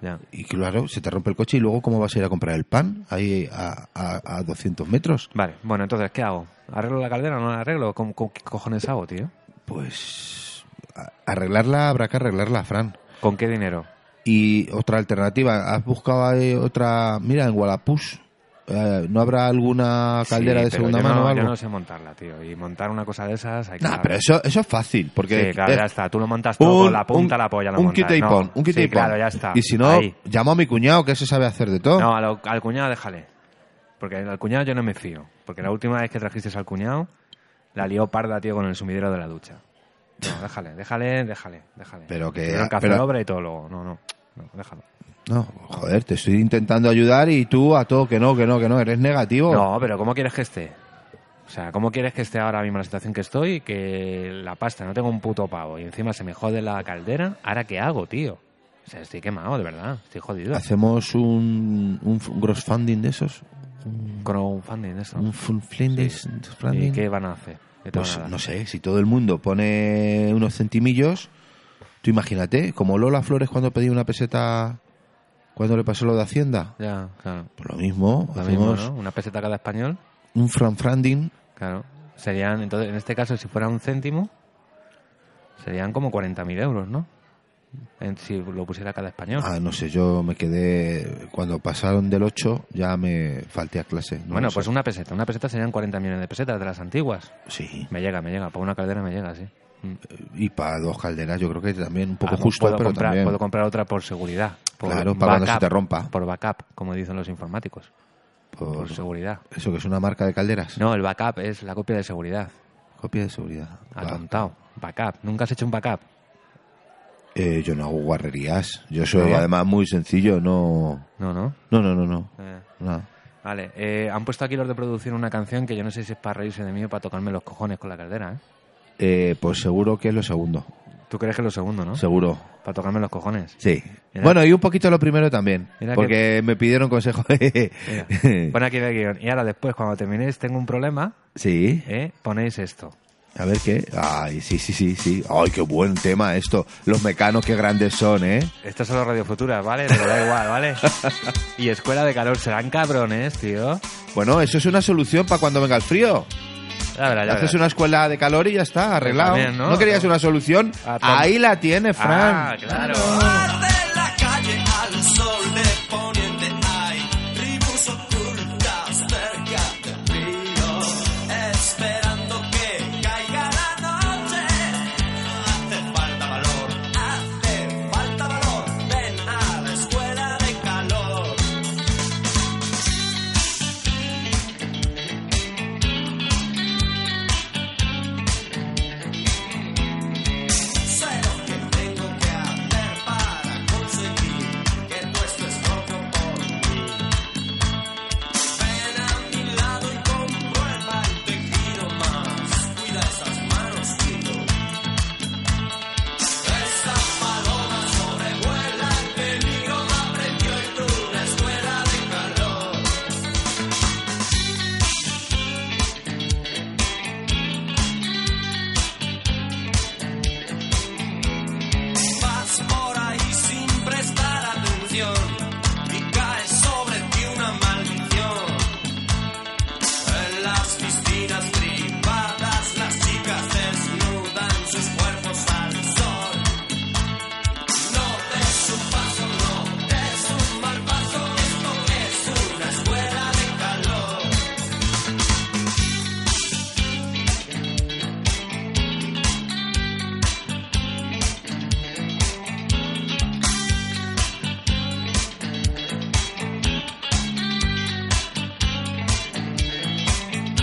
Ya.
Y claro, se te rompe el coche y luego cómo vas a ir a comprar el pan ahí a, a, a 200 metros.
Vale, bueno, entonces, ¿qué hago? ¿Arreglo la caldera o no la arreglo? ¿Con, con qué cojones hago, tío?
Pues a- arreglarla habrá que arreglarla, Fran.
¿Con qué dinero?
Y otra alternativa, has buscado ahí otra... Mira, en Guadalajara ¿no habrá alguna caldera
Sí,
de
pero
segunda
yo
mano
no,
o
yo
algo?
no sé montarla, tío. Y montar una cosa de esas... Hay que
Nah,
saber.
pero eso, eso es fácil, porque...
Sí, claro,
eh,
ya está. Tú lo montas todo con la punta,
un-
la polla, lo
un
montas.
quita y
No,
pon, un quita
sí,
y pon.
claro, ya está.
Y si no,
Ahí.
llamo a mi cuñado, que ese sabe hacer de todo.
No, a lo- al cuñado déjale. Porque al cuñado yo no me fío. Porque la última vez que trajiste al cuñado, la lió parda, tío, con el sumidero de la ducha. No, déjale, déjale, déjale, déjale.
Pero que-
Tuvieron hacer
pero-
obra y todo luego. No, no, no, déjalo.
No, joder, te estoy intentando ayudar y tú a todo que no, que no, que no, eres negativo.
No, pero ¿cómo quieres que esté? O sea, ¿cómo quieres que esté ahora mismo en la situación que estoy? Que la pasta, no tengo un puto pavo y encima se me jode la caldera. ¿Ahora qué hago, tío? O sea, estoy quemado, de verdad. Estoy jodido.
¿Hacemos un, un f- un crossfunding de esos?
Crowdfunding, eso.
Un full Flinders.
¿Y qué van a hacer? ¿Qué te
Pues
van a dar?
no sé, si todo el mundo pone unos centimillos, tú imagínate, como Lola Flores cuando pedía una peseta, cuando le pasó lo de Hacienda,
Ya, claro.
pues lo mismo,
Lo mismo,
hacemos
¿no? Una peseta cada español.
un Fran Franding,
Claro. Serían, entonces, en este caso, si fuera un céntimo, serían como 40.000 euros, ¿no? En- si lo pusiera cada español.
ah, no sé, yo me quedé, cuando pasaron del 8 ya me falté a clase. no
bueno,
lo sé.
pues una peseta. Una peseta serían 40 millones de pesetas de las antiguas.
Sí,
Me llega, me llega. Para una caldera me llega, sí. Mm.
y para dos calderas yo creo que también un poco
Ah,
justo,
puedo
pero
comprar,
también...
Puedo comprar otra por seguridad. por
Claro, para cuando se
backup,
te rompa.
Por backup, como dicen los informáticos.
por-
Por seguridad.
eso que es una marca de calderas.
pues- No, el backup es la copia de seguridad.
Copia de seguridad.
Ah,
Va.
Atontado. Backup. ¿Nunca has hecho un backup?
Eh, yo no hago guarrerías. Yo soy
¿No?
además muy sencillo, no.
No, no.
No, no, no, no.
Eh,
Nada.
Vale, eh, han puesto aquí los de producción una canción que yo no sé si es para reírse de mí o para tocarme los cojones con la caldera, ¿eh?
Eh, pues seguro que es lo segundo.
Tú crees que es lo segundo, ¿no?
Seguro.
Para tocarme los cojones.
Sí.
Mira.
Bueno, y un poquito lo primero también.
Mira
Porque me pidieron consejo.
Mira, pon aquí en el guión. Y ahora después, cuando terminéis, tengo un problema,
sí.
¿eh? Ponéis esto.
A ver qué. Ay, sí, sí, sí, sí. Ay, qué buen tema esto. Los mecanos, qué grandes son, ¿eh?
Esto es solo Radio Futura, ¿vale? Pero da igual, ¿vale? Y Escuela de Calor, serán cabrones, tío.
Bueno, eso es una solución para cuando venga el frío.
Ya verás, ya
Haces
verás.
una escuela de calor y ya está, arreglado.
También, ¿no?
¿no? querías una solución?
Ah, tam-
Ahí la tiene,
Ah,
Fran.
claro.
De la calle al sol de poniente hay tribus ocultas cerca del río, esperando que caiga la noche. Hace falta valor, hace falta valor, ven a la escuela de calor. Sé lo que tengo que hacer para conseguir que tú estés loco por mí. Ven a mi lado y comprueba y te giro más. Cuida esas manos, tío. Esa paloma sobrevuela el peligro, me aprendió y tú una escuela de calor. Vas por ahí sin prestar atención y cae sobre ti una maldición. En las piscinas privadas las chicas desnudan sus cuerpos al sol. No des un paso, no des un mal paso, esto es una escuela de calor.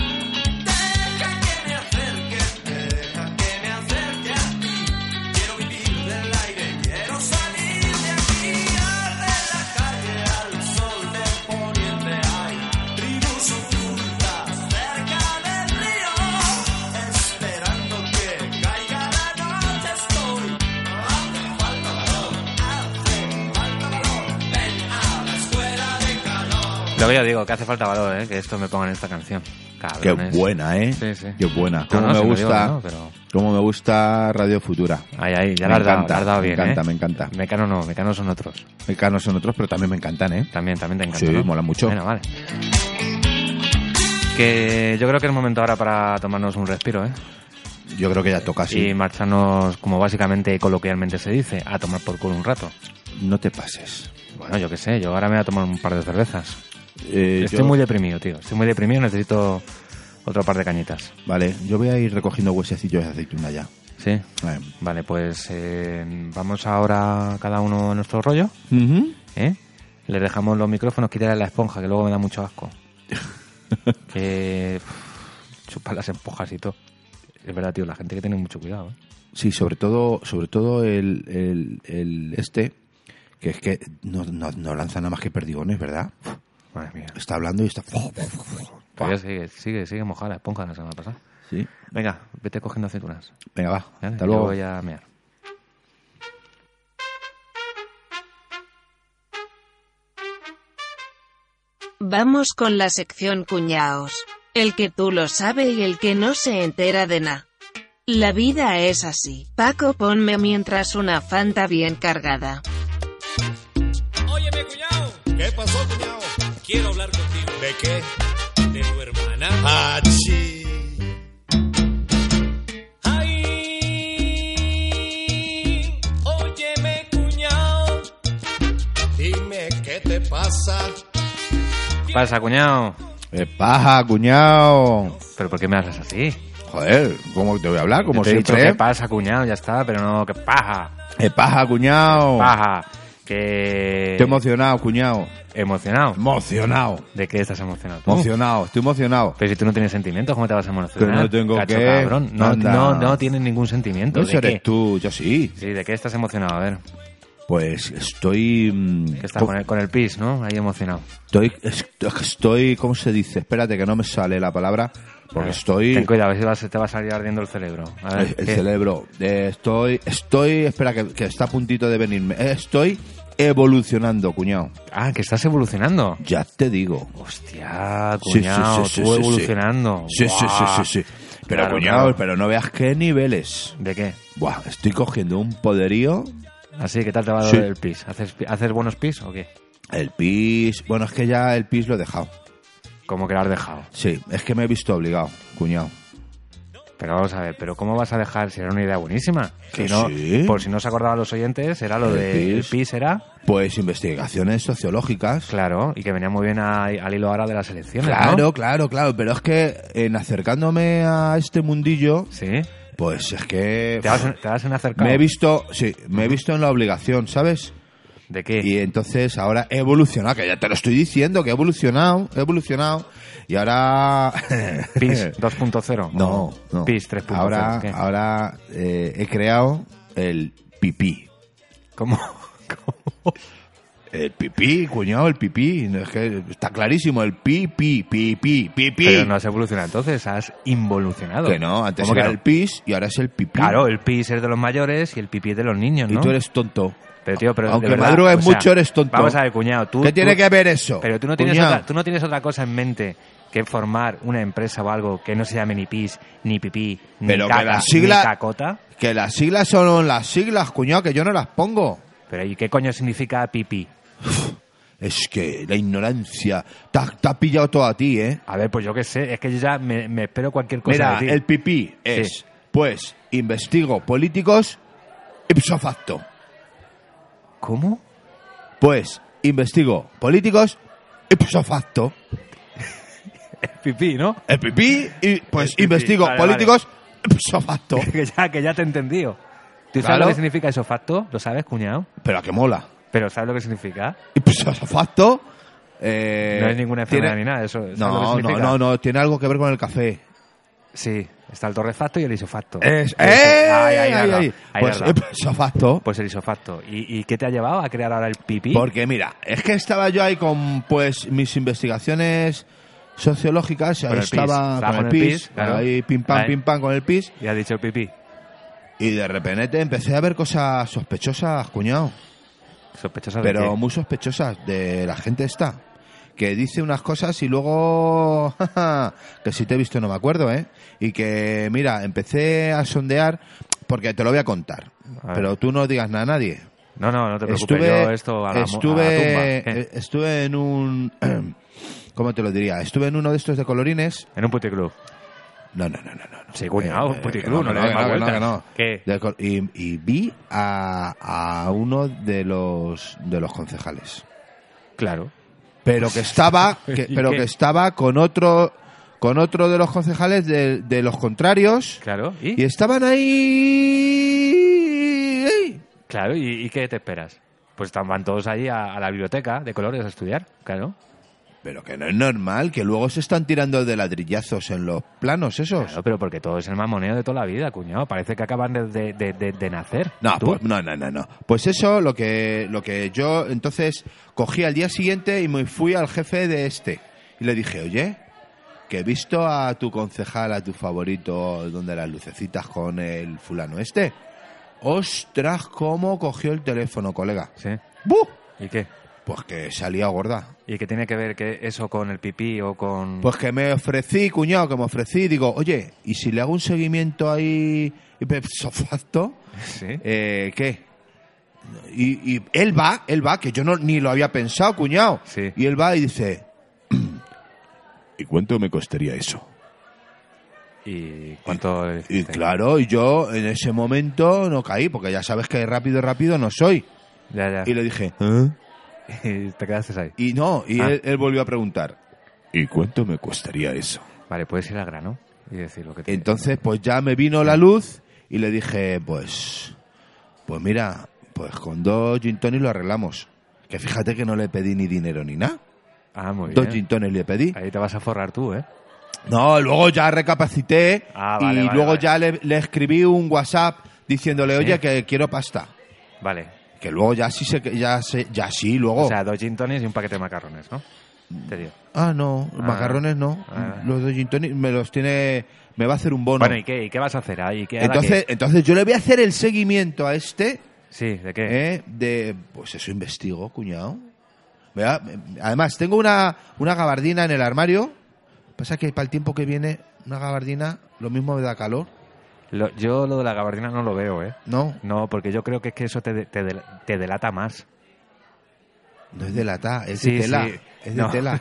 Deja que me acerque, deja que me acerque a ti. Quiero vivir del aire, quiero salir de aquí. Arde la calle al sol de poniente hay tribus ocultas cerca del río. Esperando que caiga la noche estoy. Hace falta valor, hace falta valor. Ven a la escuela de calor.
Lo que yo digo, que hace falta valor, ¿eh? Que esto me pongan esta canción.
Qué
Cabrones.
buena, ¿eh?
Sí, sí.
Qué buena.
No,
Cómo
no,
me
si lo digo,
gusta.
no, pero-
Cómo me gusta Radio Futura.
Ahí, ahí, ya
Me
la has dado,
encanta,
la has dado
me
bien,
encanta,
¿eh?
me encanta.
Mecano no, Mecano son otros.
Mecanos son otros, pero también me encantan, ¿eh?
También, también te encanta,
Sí,
¿no?
mola mucho.
Bueno, vale. Que yo creo que es momento ahora para tomarnos un respiro, ¿eh?
Yo creo que ya toca así.
Y marcharnos, como básicamente coloquialmente se dice, a tomar por culo un rato.
No te pases.
Bueno, yo qué sé, yo ahora me voy a tomar un par de cervezas.
Eh,
Estoy
yo-
muy deprimido, tío. Estoy muy deprimido, necesito otro par de cañitas.
Vale, yo voy a ir recogiendo huesecillos de aceituna ya.
¿Sí?
Vale.
Vale, pues eh, vamos ahora cada uno a nuestro rollo,
Ujú.
¿eh? Le dejamos los micrófonos, quitarle la esponja, que luego me da mucho asco. que pff, chupar las esponjas y todo. Es verdad, tío, la gente hay que tiene mucho cuidado, ¿eh?
Sí, sobre todo, sobre todo el, el- el este, que es que no, no- no lanza nada más que perdigones, ¿verdad?
Madre mía.
Está hablando y está...
Todavía sigue, sigue, sigue mojada la esponja de la semana pasada.
Sí.
Venga, vete cogiendo aceitunas.
Venga, va.
¿vale?
Hasta
Yo
luego.
voy a mear.
Vamos con la sección cuñaos. El que tú lo sabe y el que no se entera de nada. La vida es así. Paco ponme mientras una fanta bien cargada.
Óyeme, cuñado,
¿Qué pasó, cuñado?
quiero hablar contigo
¿De qué? Ah.
de tu hermana.
¡Pachi!
Ay, óyeme, cuñado,
Dime, ¿qué te pasa?
Pasa, cuñado.
Eh, paja, cuñado.
¿Pero por qué me haces así?
Joder, ¿cómo te voy a hablar? Como
Yo te he dicho
siempre.
que pasa, cuñado, ya está, pero no, que paja,
Eh, paja, cuñado.
paja. Que...
Estoy emocionado, cuñado.
emocionado.
Emocionado.
¿De qué estás emocionado? tú?
Emocionado, estoy emocionado.
Pero si tú no tienes sentimientos, ¿cómo te vas a emocionar?
Que no tengo
Cacho,
qué.
cabrón. No,
Anda.
no, no tienes ningún sentimiento.
No
¿De
sé, eres
qué?
tú, yo sí.
Sí, ¿de qué estás emocionado? A ver,
Pues estoy. mm,
que estás con el, con el pis, ¿no? Ahí emocionado.
Estoy, estoy, ¿cómo se dice? Espérate que no me sale la palabra,
A ver,
porque estoy
Ah, Ten cuidado, a ver si vas- te va a salir ardiendo el cerebro. A ver,
el, el
¿qué?
cerebro, eh, estoy, estoy, espera que, que está a puntito de venirme, Eh, estoy evolucionando, cuñado.
Ah, que estás evolucionando.
Ya te digo.
Hostia,
Sí, sí,
cuñado,
sí, sí,
tú
sí, sí.
evolucionando.
Sí, sí, sí,
Buah.
sí, sí. Pero
Claro,
cuñado,
claro.
pero no veas qué niveles.
¿De qué?
Buah, estoy cogiendo un poderío.
Así, ¿qué tal te va a
Sí.
dar el pis? ¿Haces, pi- ¿Haces buenos pis o qué?
El pis, bueno, es que ya el pis lo he dejado.
Como que lo has dejado.
Sí, es que me he visto obligado, cuñado.
Pero vamos a ver, ¿pero cómo vas a dejar? Si era una idea buenísima.
Que
Si no-
sí.
Por si no se acordaban los oyentes, era lo
El
de el
pis.
PIS, era,
Pues investigaciones sociológicas.
claro, y que venía muy bien a- al hilo ahora de las elecciones, ¿no?
Claro, claro, claro, pero es que en acercándome a este mundillo,
Sí.
pues es que
Te vas, en- te vas en acercado.
me he visto, sí, me he visto en la obligación, ¿sabes?
¿De qué?
Y entonces ahora he evolucionado, que ya te lo estoy diciendo, que he evolucionado, he evolucionado y ahora
PIS 2.0.
no,
¿o
no.
PIS 3.0.
Ahora,
¿qué?
ahora eh, he creado el pipí.
¿Cómo?
El pipí, cuñado, el pipí. Es que está clarísimo, el pipí, pipí, pipí.
Pero no has evolucionado entonces, has involucionado.
Que no, antes
¿Cómo que
era
no?
el pis y ahora es el pipí.
Claro, el PIS es de los mayores y el pipí es de los niños,
Y
¿no?
tú eres tonto.
Pero tío, pero de
Aunque
verdad,
madrugues
o sea,
mucho, eres tonto.
Vamos a ver, cuñado, tú...
¿Qué
tú-
tiene que ver eso?
Pero tú no, tienes
cuñado?
otra, tú no tienes otra cosa en mente que formar una empresa o algo que no se llame ni PIS, ni pipí, ni
Pero que
caca,
la sigla-
ni cacota.
Que las siglas son las siglas, cuñado, que yo no las pongo.
Pero ¿y qué coño significa pipí?
Es que la ignorancia te ha, te ha pillado todo a ti, ¿eh?
A ver, pues yo qué sé, es que yo ya me, me espero cualquier cosa
Mira,
de ti.
el pipí es,
Sí.
pues, investigo políticos ipso facto.
¿Cómo?
Pues, investigo políticos ipso facto.
Pipí, ¿no?
El pipí, y,
El
pues,
pipí,
investigo
vale,
políticos ipso facto.
que, ya, que ya te he entendido. ¿Tú sabes
Claro.
lo que significa eso facto? ¿Lo sabes, cuñado?
Pero a que mola.
Pero ¿sabes lo que significa?
Ipso facto. eh,
no es ninguna enfermedad
tiene-
ni nada, eso. ¿sabes lo que
No, no,
significa?
no, no, tiene algo que ver con el café.
Sí, está el torrefacto y el isofacto.
Es, ¡Eh!
Eso. Ahí, ahí, ahí, ahí. Ahí,
Pues
ahí.
eso facto.
Pues el isofacto. ¿Y, y qué te ha llevado a crear ahora el pipí?
Porque mira, es que estaba yo ahí con pues mis investigaciones sociológicas,
Con el PIS.
estaba
Estaba
con el PIS,
claro.
ahí pim pam,
Ahí.
pim pam con el PIS,
Y ha dicho el pipí.
y de repente empecé a ver cosas sospechosas, cuñado,
Sospechosa de
pero
qué.
muy sospechosas de la gente esta, que dice unas cosas y luego, jaja, que si te he visto no me acuerdo, ¿eh? Y que mira, empecé a sondear, porque te lo voy a contar,
A ver.
pero tú no digas nada a nadie.
No, no, no te preocupes.
estuve,
yo esto a la, mo-
estuve,
a la tumba.
eh,
¿Qué?
estuve en un, ¿cómo te lo diría? Estuve en uno de estos de colorines.
En un puticlub.
No, no, no, no, no. no.
Sí, cuñado,
que
puticlub, no
no, que
le
no,
des más
que no, que
vueltas.
no.
¿Qué?
De col- y, y vi a, a uno de los de los concejales,
Claro.
pero que estaba, que-
¿Y
pero
qué?
que estaba con otro, con otro de los concejales de, de los contrarios
Claro. ¿Y?
y estaban ahí.
Claro, ¿y, y qué te esperas? Pues están- van todos ahí a, a la biblioteca de colores a estudiar, claro.
Pero que no es normal, que luego se están tirando de ladrillazos en los planos esos.
Claro, pero porque todo es el mamoneo de toda la vida, cuñado. Parece que acaban de, de- de- de- de nacer.
No,
¿Tú?
pues, no, no, no, no. Pues eso, lo que, lo que yo entonces cogí al día siguiente y me fui al jefe de este. Y le dije, oye, que he visto a tu concejal, a tu favorito, donde las lucecitas con el fulano este. Ostras, cómo cogió el teléfono, colega.
Sí.
¡Buh!
¿Y qué?
Pues que salía gorda.
¿Y qué tiene que ver que eso con el pipí o con...?
Pues que me ofrecí, cuñado, que me ofrecí. Digo, oye, ¿y si le hago un seguimiento ahí ipsofacto?
Sí.
Eh, ¿Qué? Y, y él va, él va, que yo no, ni lo había pensado, cuñado.
Sí.
Y él va y dice, ¿y cuánto me costaría eso?
¿Y cuánto le
Y
hiciste?
claro, y yo en ese momento no caí, porque ya sabes que rápido, rápido no soy.
Ya, ya.
Y le dije, ¿eh?
Y te quedaste ahí.
Y no, y
Ah.
él, él volvió a preguntar, ¿y cuánto me costaría eso?
Vale, puedes ir al grano y decir lo que te...
Entonces, pues ya me vino la luz y le dije, pues, pues mira, pues con dos gin tonics lo arreglamos. Que fíjate que no le pedí ni dinero ni nada.
Ah, muy
Dos
bien.
gin tonics le pedí.
Ahí te vas a forrar tú, ¿eh?
No, luego ya recapacité
Ah, vale,
y
vale,
luego
vale.
ya le, le escribí un WhatsApp diciéndole,
¿Sí?
oye, que quiero pasta.
Vale.
Que luego ya sí, se, ya se- ya sí, luego.
O sea, dos gin tonics y un paquete de macarrones, ¿no? Te digo.
ah, Oh. no,
Ah.
macarrones no.
Ah.
Los dos gin tonics me los tiene, me va a hacer un bono.
Bueno, ¿y qué, ¿y qué vas a hacer ahí? ¿Qué, ahora
entonces,
qué?
entonces yo le voy a hacer el seguimiento a este.
Sí, ¿de qué?
¿eh? de pues eso investigo, cuñado. Vea, Además, tengo una, una gabardina en el armario. Pasa que para el tiempo que viene, una gabardina lo mismo me da calor.
Lo- yo lo de la gabardina no lo veo, ¿eh?
No,
No, porque yo creo que es que eso te, de- te, del- te delata más.
no es de lata, es
Sí,
de tela.
sí.
Es de
No.
tela.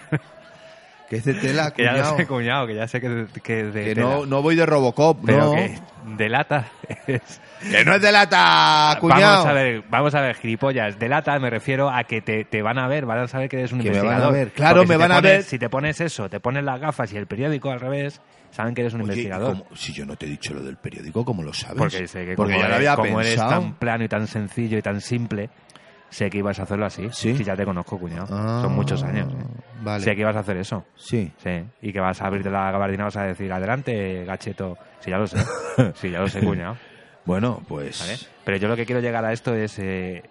Que es de tela,
Que ya lo
cuñado.
sé, cuñado, que ya sé que, que es de
Que
tela.
no, no voy de Robocop,
Pero
no.
que delata es...
Que no es de
Ah,
lata, cuñado.
Vamos a ver, vamos a ver, gilipollas. De lata me refiero a que te, te van a ver, van a saber que eres un
Que me van a
investigador.
ver, claro,
Porque si
me
te
van a
pones-
ver.
Si te pones eso, te pones las gafas y el periódico al revés, saben que eres un
Oye,
investigador.
¿cómo- si yo no te he dicho lo del periódico, ¿cómo lo sabes?
Porque sé que
Porque
como,
ya lo
eres,
había
como eres
pensado.
tan plano y tan sencillo y tan simple, sé que ibas a hacerlo así.
¿Sí?
Si ya te conozco, cuñado.
Ah,
Son muchos años. ¿eh?
Vale.
Sé que ibas a hacer eso.
Sí.
Sí, y que vas a abrirte la gabardina vas a decir, adelante, gacheto. Sí, ya lo sé. Sí, ya lo sé, cuñado.
Bueno, pues.
¿vale? Pero yo lo que quiero llegar a esto es eh,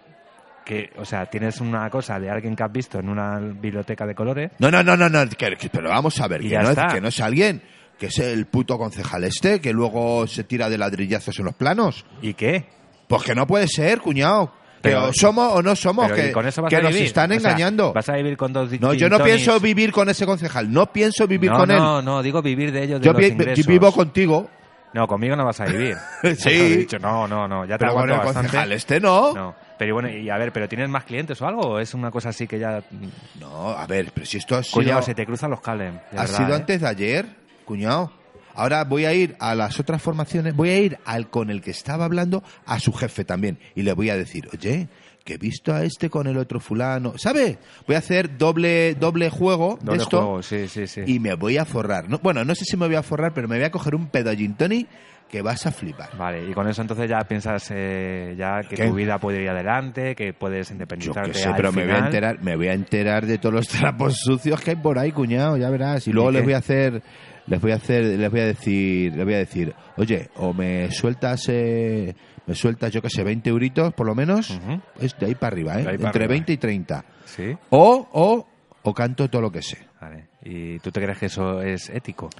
que, o sea, tienes una cosa de alguien que has visto en una biblioteca de colores.
No, no, no, no, no, que- que- pero vamos a ver,
Y
que
ya
no, es,
está.
que no es alguien, que es el puto concejal este, que luego se tira de ladrillazos en los planos.
¿Y qué?
Pues que no puede ser, cuñado. Que
Pero-
o somos o no somos,
Pero,
que,
¿y con eso vas
que
a
nos
vivir?
están
O sea,
engañando.
vas a vivir con dos
no, yo
gin
no
tonics.
pienso vivir con ese concejal, no pienso vivir
no,
con él.
No, no, digo vivir de ellos, de
yo
los
vi-
ingresos.
vivo contigo,
No, conmigo no vas a vivir.
Sí.
Ya te lo he dicho. No, no, no, ya te
pero con
aguanto
el
bastante.
concejal este no. no.
No, pero bueno, y a ver, ¿pero tienes más clientes o algo? ¿O es una cosa así que ya... mm,
a ver, pero si esto ha sido,
Cuñado, se te cruzan los cables. de
ha
verdad,
sido
¿eh?
antes de ayer, cuñado. Ahora voy a ir a las otras formaciones, voy a ir al con el que estaba hablando, a su jefe también, y le voy a decir, oye, que he visto a este con el otro fulano, ¿sabes? Voy a hacer doble, doble juego de
Doble
esto
juego, sí, sí, sí.
y me voy a forrar. No- bueno, no sé si me voy a forrar, pero me voy a coger un pedo gin tonic que vas a flipar.
Vale, y con eso entonces ya piensas eh, ya que
¿Qué?
tu vida puede ir adelante, que puedes
Yo
independizarte
qué sé,
al
pero me voy a
final.
enterar, me voy a enterar de todos los trapos sucios que hay por ahí, cuñado, ya verás. Y luego
¿Y
les
qué?
voy a hacer, les voy a hacer, les voy a decir, les voy a decir, oye, o me sueltas, eh, me sueltas, yo qué sé, 20 euritos por lo menos,
Ujú.
es de ahí para arriba, ¿eh?
De ahí
Entre
para arriba.
20 y 30.
Sí,
O, o, o canto todo lo que sé.
vale. ¿Y tú te crees que eso es ético?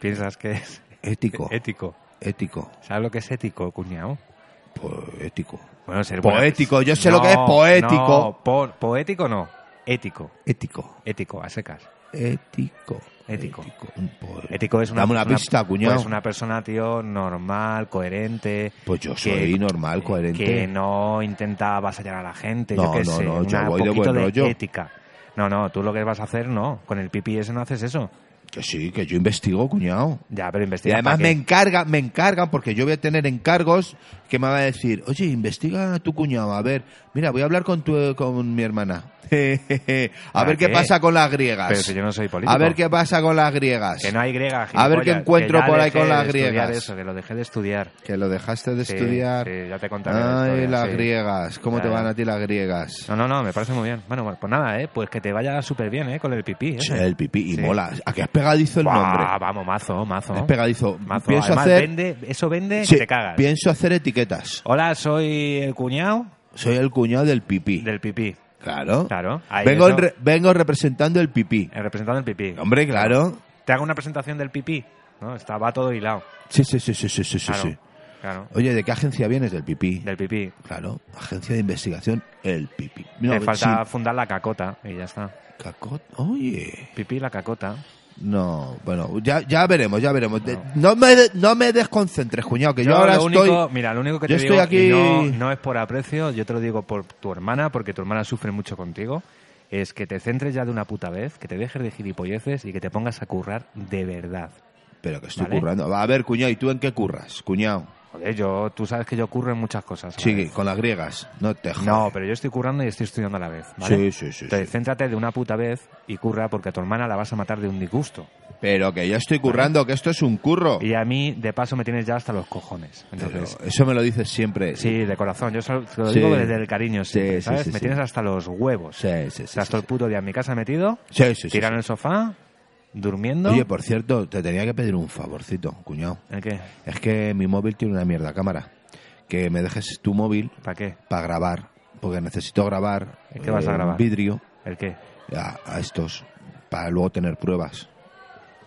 ¿Piensas que es
Ético,
ético?
E, ético, Pues,
¿Sabes lo que es ético, cuñado?
poético.
Bueno, ser
Poético, yo sé lo que es poético.
no, po- poético no, ético,
Ético,
ético, a secas.
ético,
Ético.
Un po-
Ético es una,
Dame una
persona-
pista, cuñado.
pues una persona, tío, normal, coherente.
Pues yo soy normal,
eh,
coherente.
Que no intenta avasallar a la gente,
No,
yo qué
no,
sé.
no, yo
una
voy de
poquito
buen rollo.
ética. No, no, tú lo que vas a hacer, no. Con el PPS no haces eso.
Que sí, que yo investigo, cuñado.
Ya, pero
Y
investiga.
además
¿para
me
qué?
encargan, me encargan, porque yo voy a tener encargos que me va a decir, oye, investiga a tu cuñado, a ver, mira, voy a hablar con tu, con mi hermana. a
¿Para
ver qué?
qué?
pasa con las griegas.
Pero si yo no soy político.
a ver qué pasa con las griegas.
Que no hay griega,
A ver qué
gilipollas,
encuentro
que ya
por ahí
dejé
con
de
las
estudiar
griegas.
Eso, que lo dejé de estudiar.
Que lo dejaste de
Sí,
estudiar.
sí, ya te contaré la
Ay,
historia,
las
sí.
griegas, ¿cómo
Ya,
te van
ya.
a ti las griegas?
No, no, no, me parece muy bien. Bueno, bueno, pues nada, ¿eh? Pues que te vaya súper bien, ¿eh? Con el pipí. ¿eh?
Che, el pipí, y
Sí.
mola. ¿A qué es pegadizo el
Buah,
nombre?
Vamos, mazo, mazo.
Es pegadizo.
Mazo.
Pienso
Además,
hacer-
vende, eso vende,
Sí,
te cagas.
pienso hacer etiquetas.
Hola, soy el cuñado
Soy el cuñado del pipí.
del pipí.
Claro.
Claro, ahí
Vengo,
eso.
en re- vengo representando el pipí.
El representante del pipí.
Hombre, claro.
Te hago una presentación del pipí. ¿no? Está, va todo hilado.
Sí, sí, sí, sí, sí, sí, sí,
Claro.
sí.
Claro.
Oye, ¿de qué agencia vienes? Del pipí.
Del pipí.
Claro, agencia de investigación, el pipí.
Le
No,
falta
sí,
fundar la cacota y ya está.
cacot- Oye.
Pipí la cacota.
No, bueno, ya, ya veremos, ya veremos. De- No, me, de- no me desconcentres, cuñado, que yo,
Yo
ahora
lo
estoy...
único- mira, lo único que
yo
te
estoy
digo,
aquí-
y no, no es por aprecio, yo te lo digo por tu hermana, porque tu hermana sufre mucho contigo, es que te centres ya de una puta vez, que te dejes de gilipolleces y que te pongas a currar de verdad.
Pero que estoy
Vale.
currando. Va, a ver, cuñado, ¿y tú en qué curras, cuñado?
Joder, yo, tú sabes que yo curro en muchas cosas. ¿vale?
Sí, con las griegas, no te jodas.
No, pero yo estoy currando y estoy estudiando a la vez, ¿vale?
Sí, sí, sí,
Entonces,
sí.
céntrate de una puta vez y curra porque a tu hermana la vas a matar de un disgusto.
Pero que yo estoy currando, que esto es un curro.
Y a mí, de paso, me tienes ya hasta los cojones.
Oh. Pero
Entonces,
eso me lo dices siempre.
sí, de corazón. Yo solo- te lo
Sí.
digo desde el cariño,
Sí,
siempre,
sí,
¿sabes?
sí,
me
sí.
tienes hasta los huevos.
Sí, sí, sí,
O sea,
sí,
hasta el
sí.
puto día en mi casa metido,
Sí, sí, sí,
tirado
sí.
en el sofá, durmiendo.
Oye, pues- por cierto, te tenía que pedir un favorcito, cuñado.
¿El qué?
Es que mi móvil tiene una mierda cámara. Que me dejes tu móvil
¿Para qué?
para grabar, porque necesito grabar eh,
¿Qué vas a
un
grabar?
vidrio
¿El qué?
a, a estos para luego tener pruebas.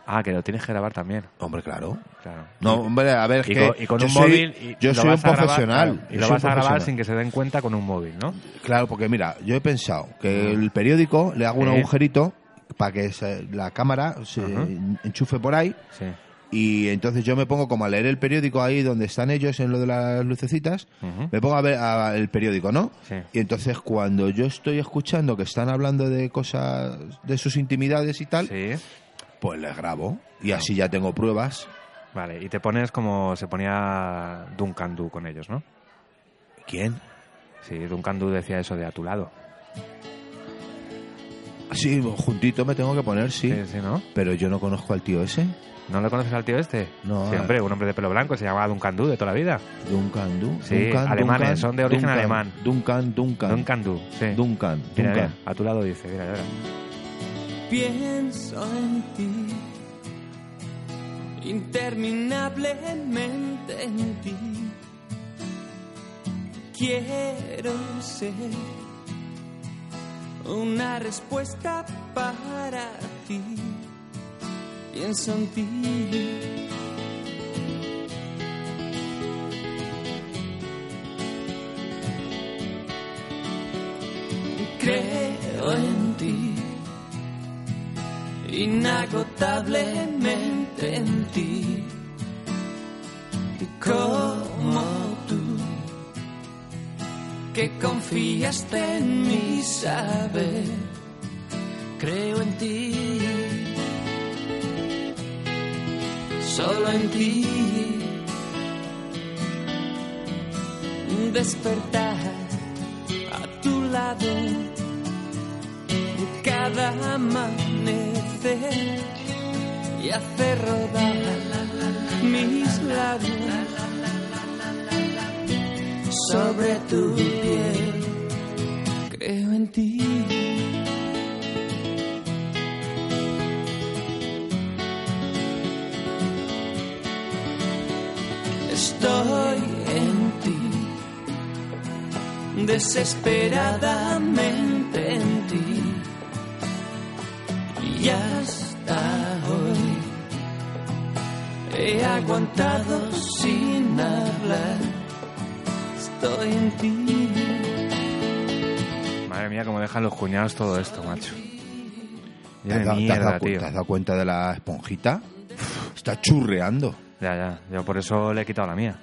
Ah, que lo tienes que grabar también.
Hombre, claro.
Claro.
No, hombre, a ver, es
Y
que
con, y con
yo
un
soy-
móvil. y
yo
lo
soy un
vas a grabar,
profesional.
claro, y
yo
lo
soy
vas
un
a grabar sin
profesional.
que se den cuenta con un móvil, ¿no?
Claro, porque mira, yo he pensado que
Mm.
el periódico le hago un
¿Eh?
agujerito para que se- la cámara se
Ajá.
enchufe por ahí
Sí.
y entonces yo me pongo como a leer el periódico ahí donde están ellos en lo de las lucecitas,
Ujú.
me pongo a ver a- el periódico, ¿no?
Sí.
Y entonces cuando yo estoy escuchando que están hablando de cosas de sus intimidades y tal,
Sí.
pues les grabo y así ya tengo pruebas.
Vale, y te pones como se ponía Duncan Du con ellos, ¿no?
¿Quién?
Sí, Duncan Du decía eso de a tu lado.
Sí, juntito me tengo que poner, sí.
Sí, sí, ¿no?
Pero yo no conozco al tío ese,
¿No lo conoces al tío este?
No,
Sí,
a-
hombre, un hombre de pelo blanco, se llamaba Duncan Du de toda la vida.
Duncan, Du-
Sí,
Duncan,
alemanes,
Duncan,
son de origen
Duncan,
alemán.
Duncan, Duncan.
Duncan Du, sí.
Duncan,
Mira, mira,
Duncan.
a tu lado dice, mira, mira.
Pienso en ti, interminablemente en ti. Quiero ser una respuesta para ti. Pienso en ti. Creo en ti inagotablemente en ti, como tú, que confiaste en mi saber, creo en ti, solo en ti, despertar a tu lado cada amanecer y hacer rodar mis labios sobre tu piel. Creo en ti. Estoy en ti, desesperadamente en ti y hasta hoy he aguantado sin hablar. Estoy en ti.
Madre mía, cómo dejan los cuñados todo esto, macho.
¿Te
Ya
has,
de
dado, te has
mierda,
dado cu-
tío.
te has dado cuenta de la esponjita? Está churreando.
Ya, ya. Yo por eso le he quitado la mía.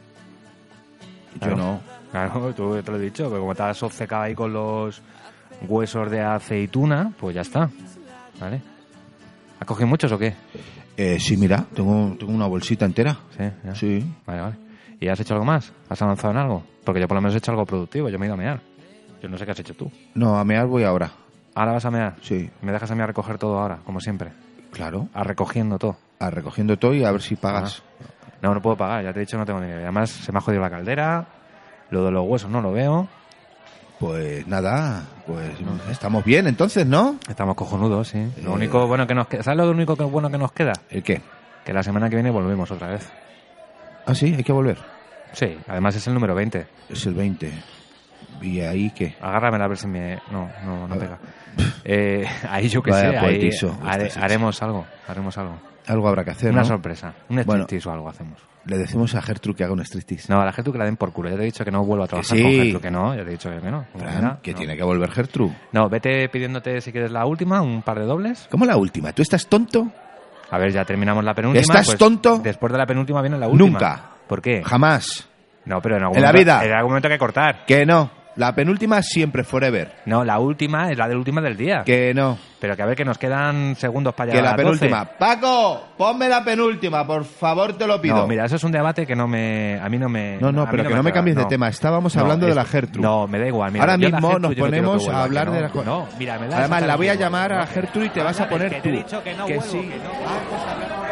Yo
Claro.
no.
Claro, tú te lo he dicho, que como estás obcecada ahí con los huesos de aceituna, pues ya está. ¿Vale? ¿Has cogido muchos o qué?
Eh, sí, mira, tengo, tengo una bolsita entera.
Sí, ya.
Sí.
Vale, vale. ¿Y has hecho algo más? ¿Has avanzado en algo? Porque yo por lo menos he hecho algo productivo, yo me he ido a mear. Yo no sé qué has hecho tú.
No, a mear voy ahora.
¿Ahora vas a mear?
Sí.
¿Me dejas a mí a recoger todo ahora, como siempre?
Claro.
A recogiendo todo.
A recogiendo todo y a ver si pagas.
Ah. No, no puedo pagar, ya te he dicho, no tengo dinero. Y Además, se me ha jodido la caldera, lo de los huesos no lo veo.
Pues nada, pues estamos bien entonces, ¿no?
Estamos cojonudos, sí. Lo único bueno que nos queda, ¿sabes lo único que bueno que nos queda?
¿El qué?
Que la semana que viene volvemos otra vez.
Ah, sí, hay que volver.
Sí, además es el número 20.
Es el 20. ¿Y ahí qué?
Agárramela a ver si me. No, no, no pega. Eh, ahí yo que sé,
Vaya este
ahí
poetizo,
hare-
estás hecho.
haremos algo. Haremos algo.
Algo habrá que hacer,
Una
¿no?
sorpresa. Un
Bueno.
striptease o algo hacemos.
Le decimos a Gertrude que haga un striptease.
No, a la Gertrude que la den por culo. Ya te he dicho que no vuelvo a trabajar
sí.
con Gertrude, que no. Ya te he dicho que no. Como
Fran,
quiera,
que
no.
tiene que volver Gertrude.
No, vete pidiéndote si quieres la última, un par de dobles.
¿Cómo la última? ¿Tú estás tonto?
A ver, ya terminamos la penúltima. pues,
¿Estás tonto?
Después de la penúltima viene la última.
Nunca.
¿Por qué?
Jamás.
No, pero en algún
En la
momento-
vida.
En algún momento hay que cortar.
Que no. La penúltima siempre forever.
No, la última es la del última del día.
Que no.
Pero que a ver, que nos quedan segundos para
Que
llegar
la
a las 12.
penúltima.
Paco, ponme la penúltima, por favor, te lo pido.
No, mira, eso es un debate que no me. A mí no me.
No, no,
a mí
pero que no me
atrae,
cambies de tema. Estábamos hablando de la Gertrude.
No, me da igual. mira,
Ahora
yo la
mismo
Gertrude
nos
yo no quiero que
ponemos a
vuelva,
hablar
que no,
de la co-
No, mira, me da
Además,
esa
la voy a
que vuelva,
llamar
no,
a
que-
Gertrude y te vas a
Háblame,
poner
que te he
tú.
dicho que no
Que
vuelvo,
sí.
que no.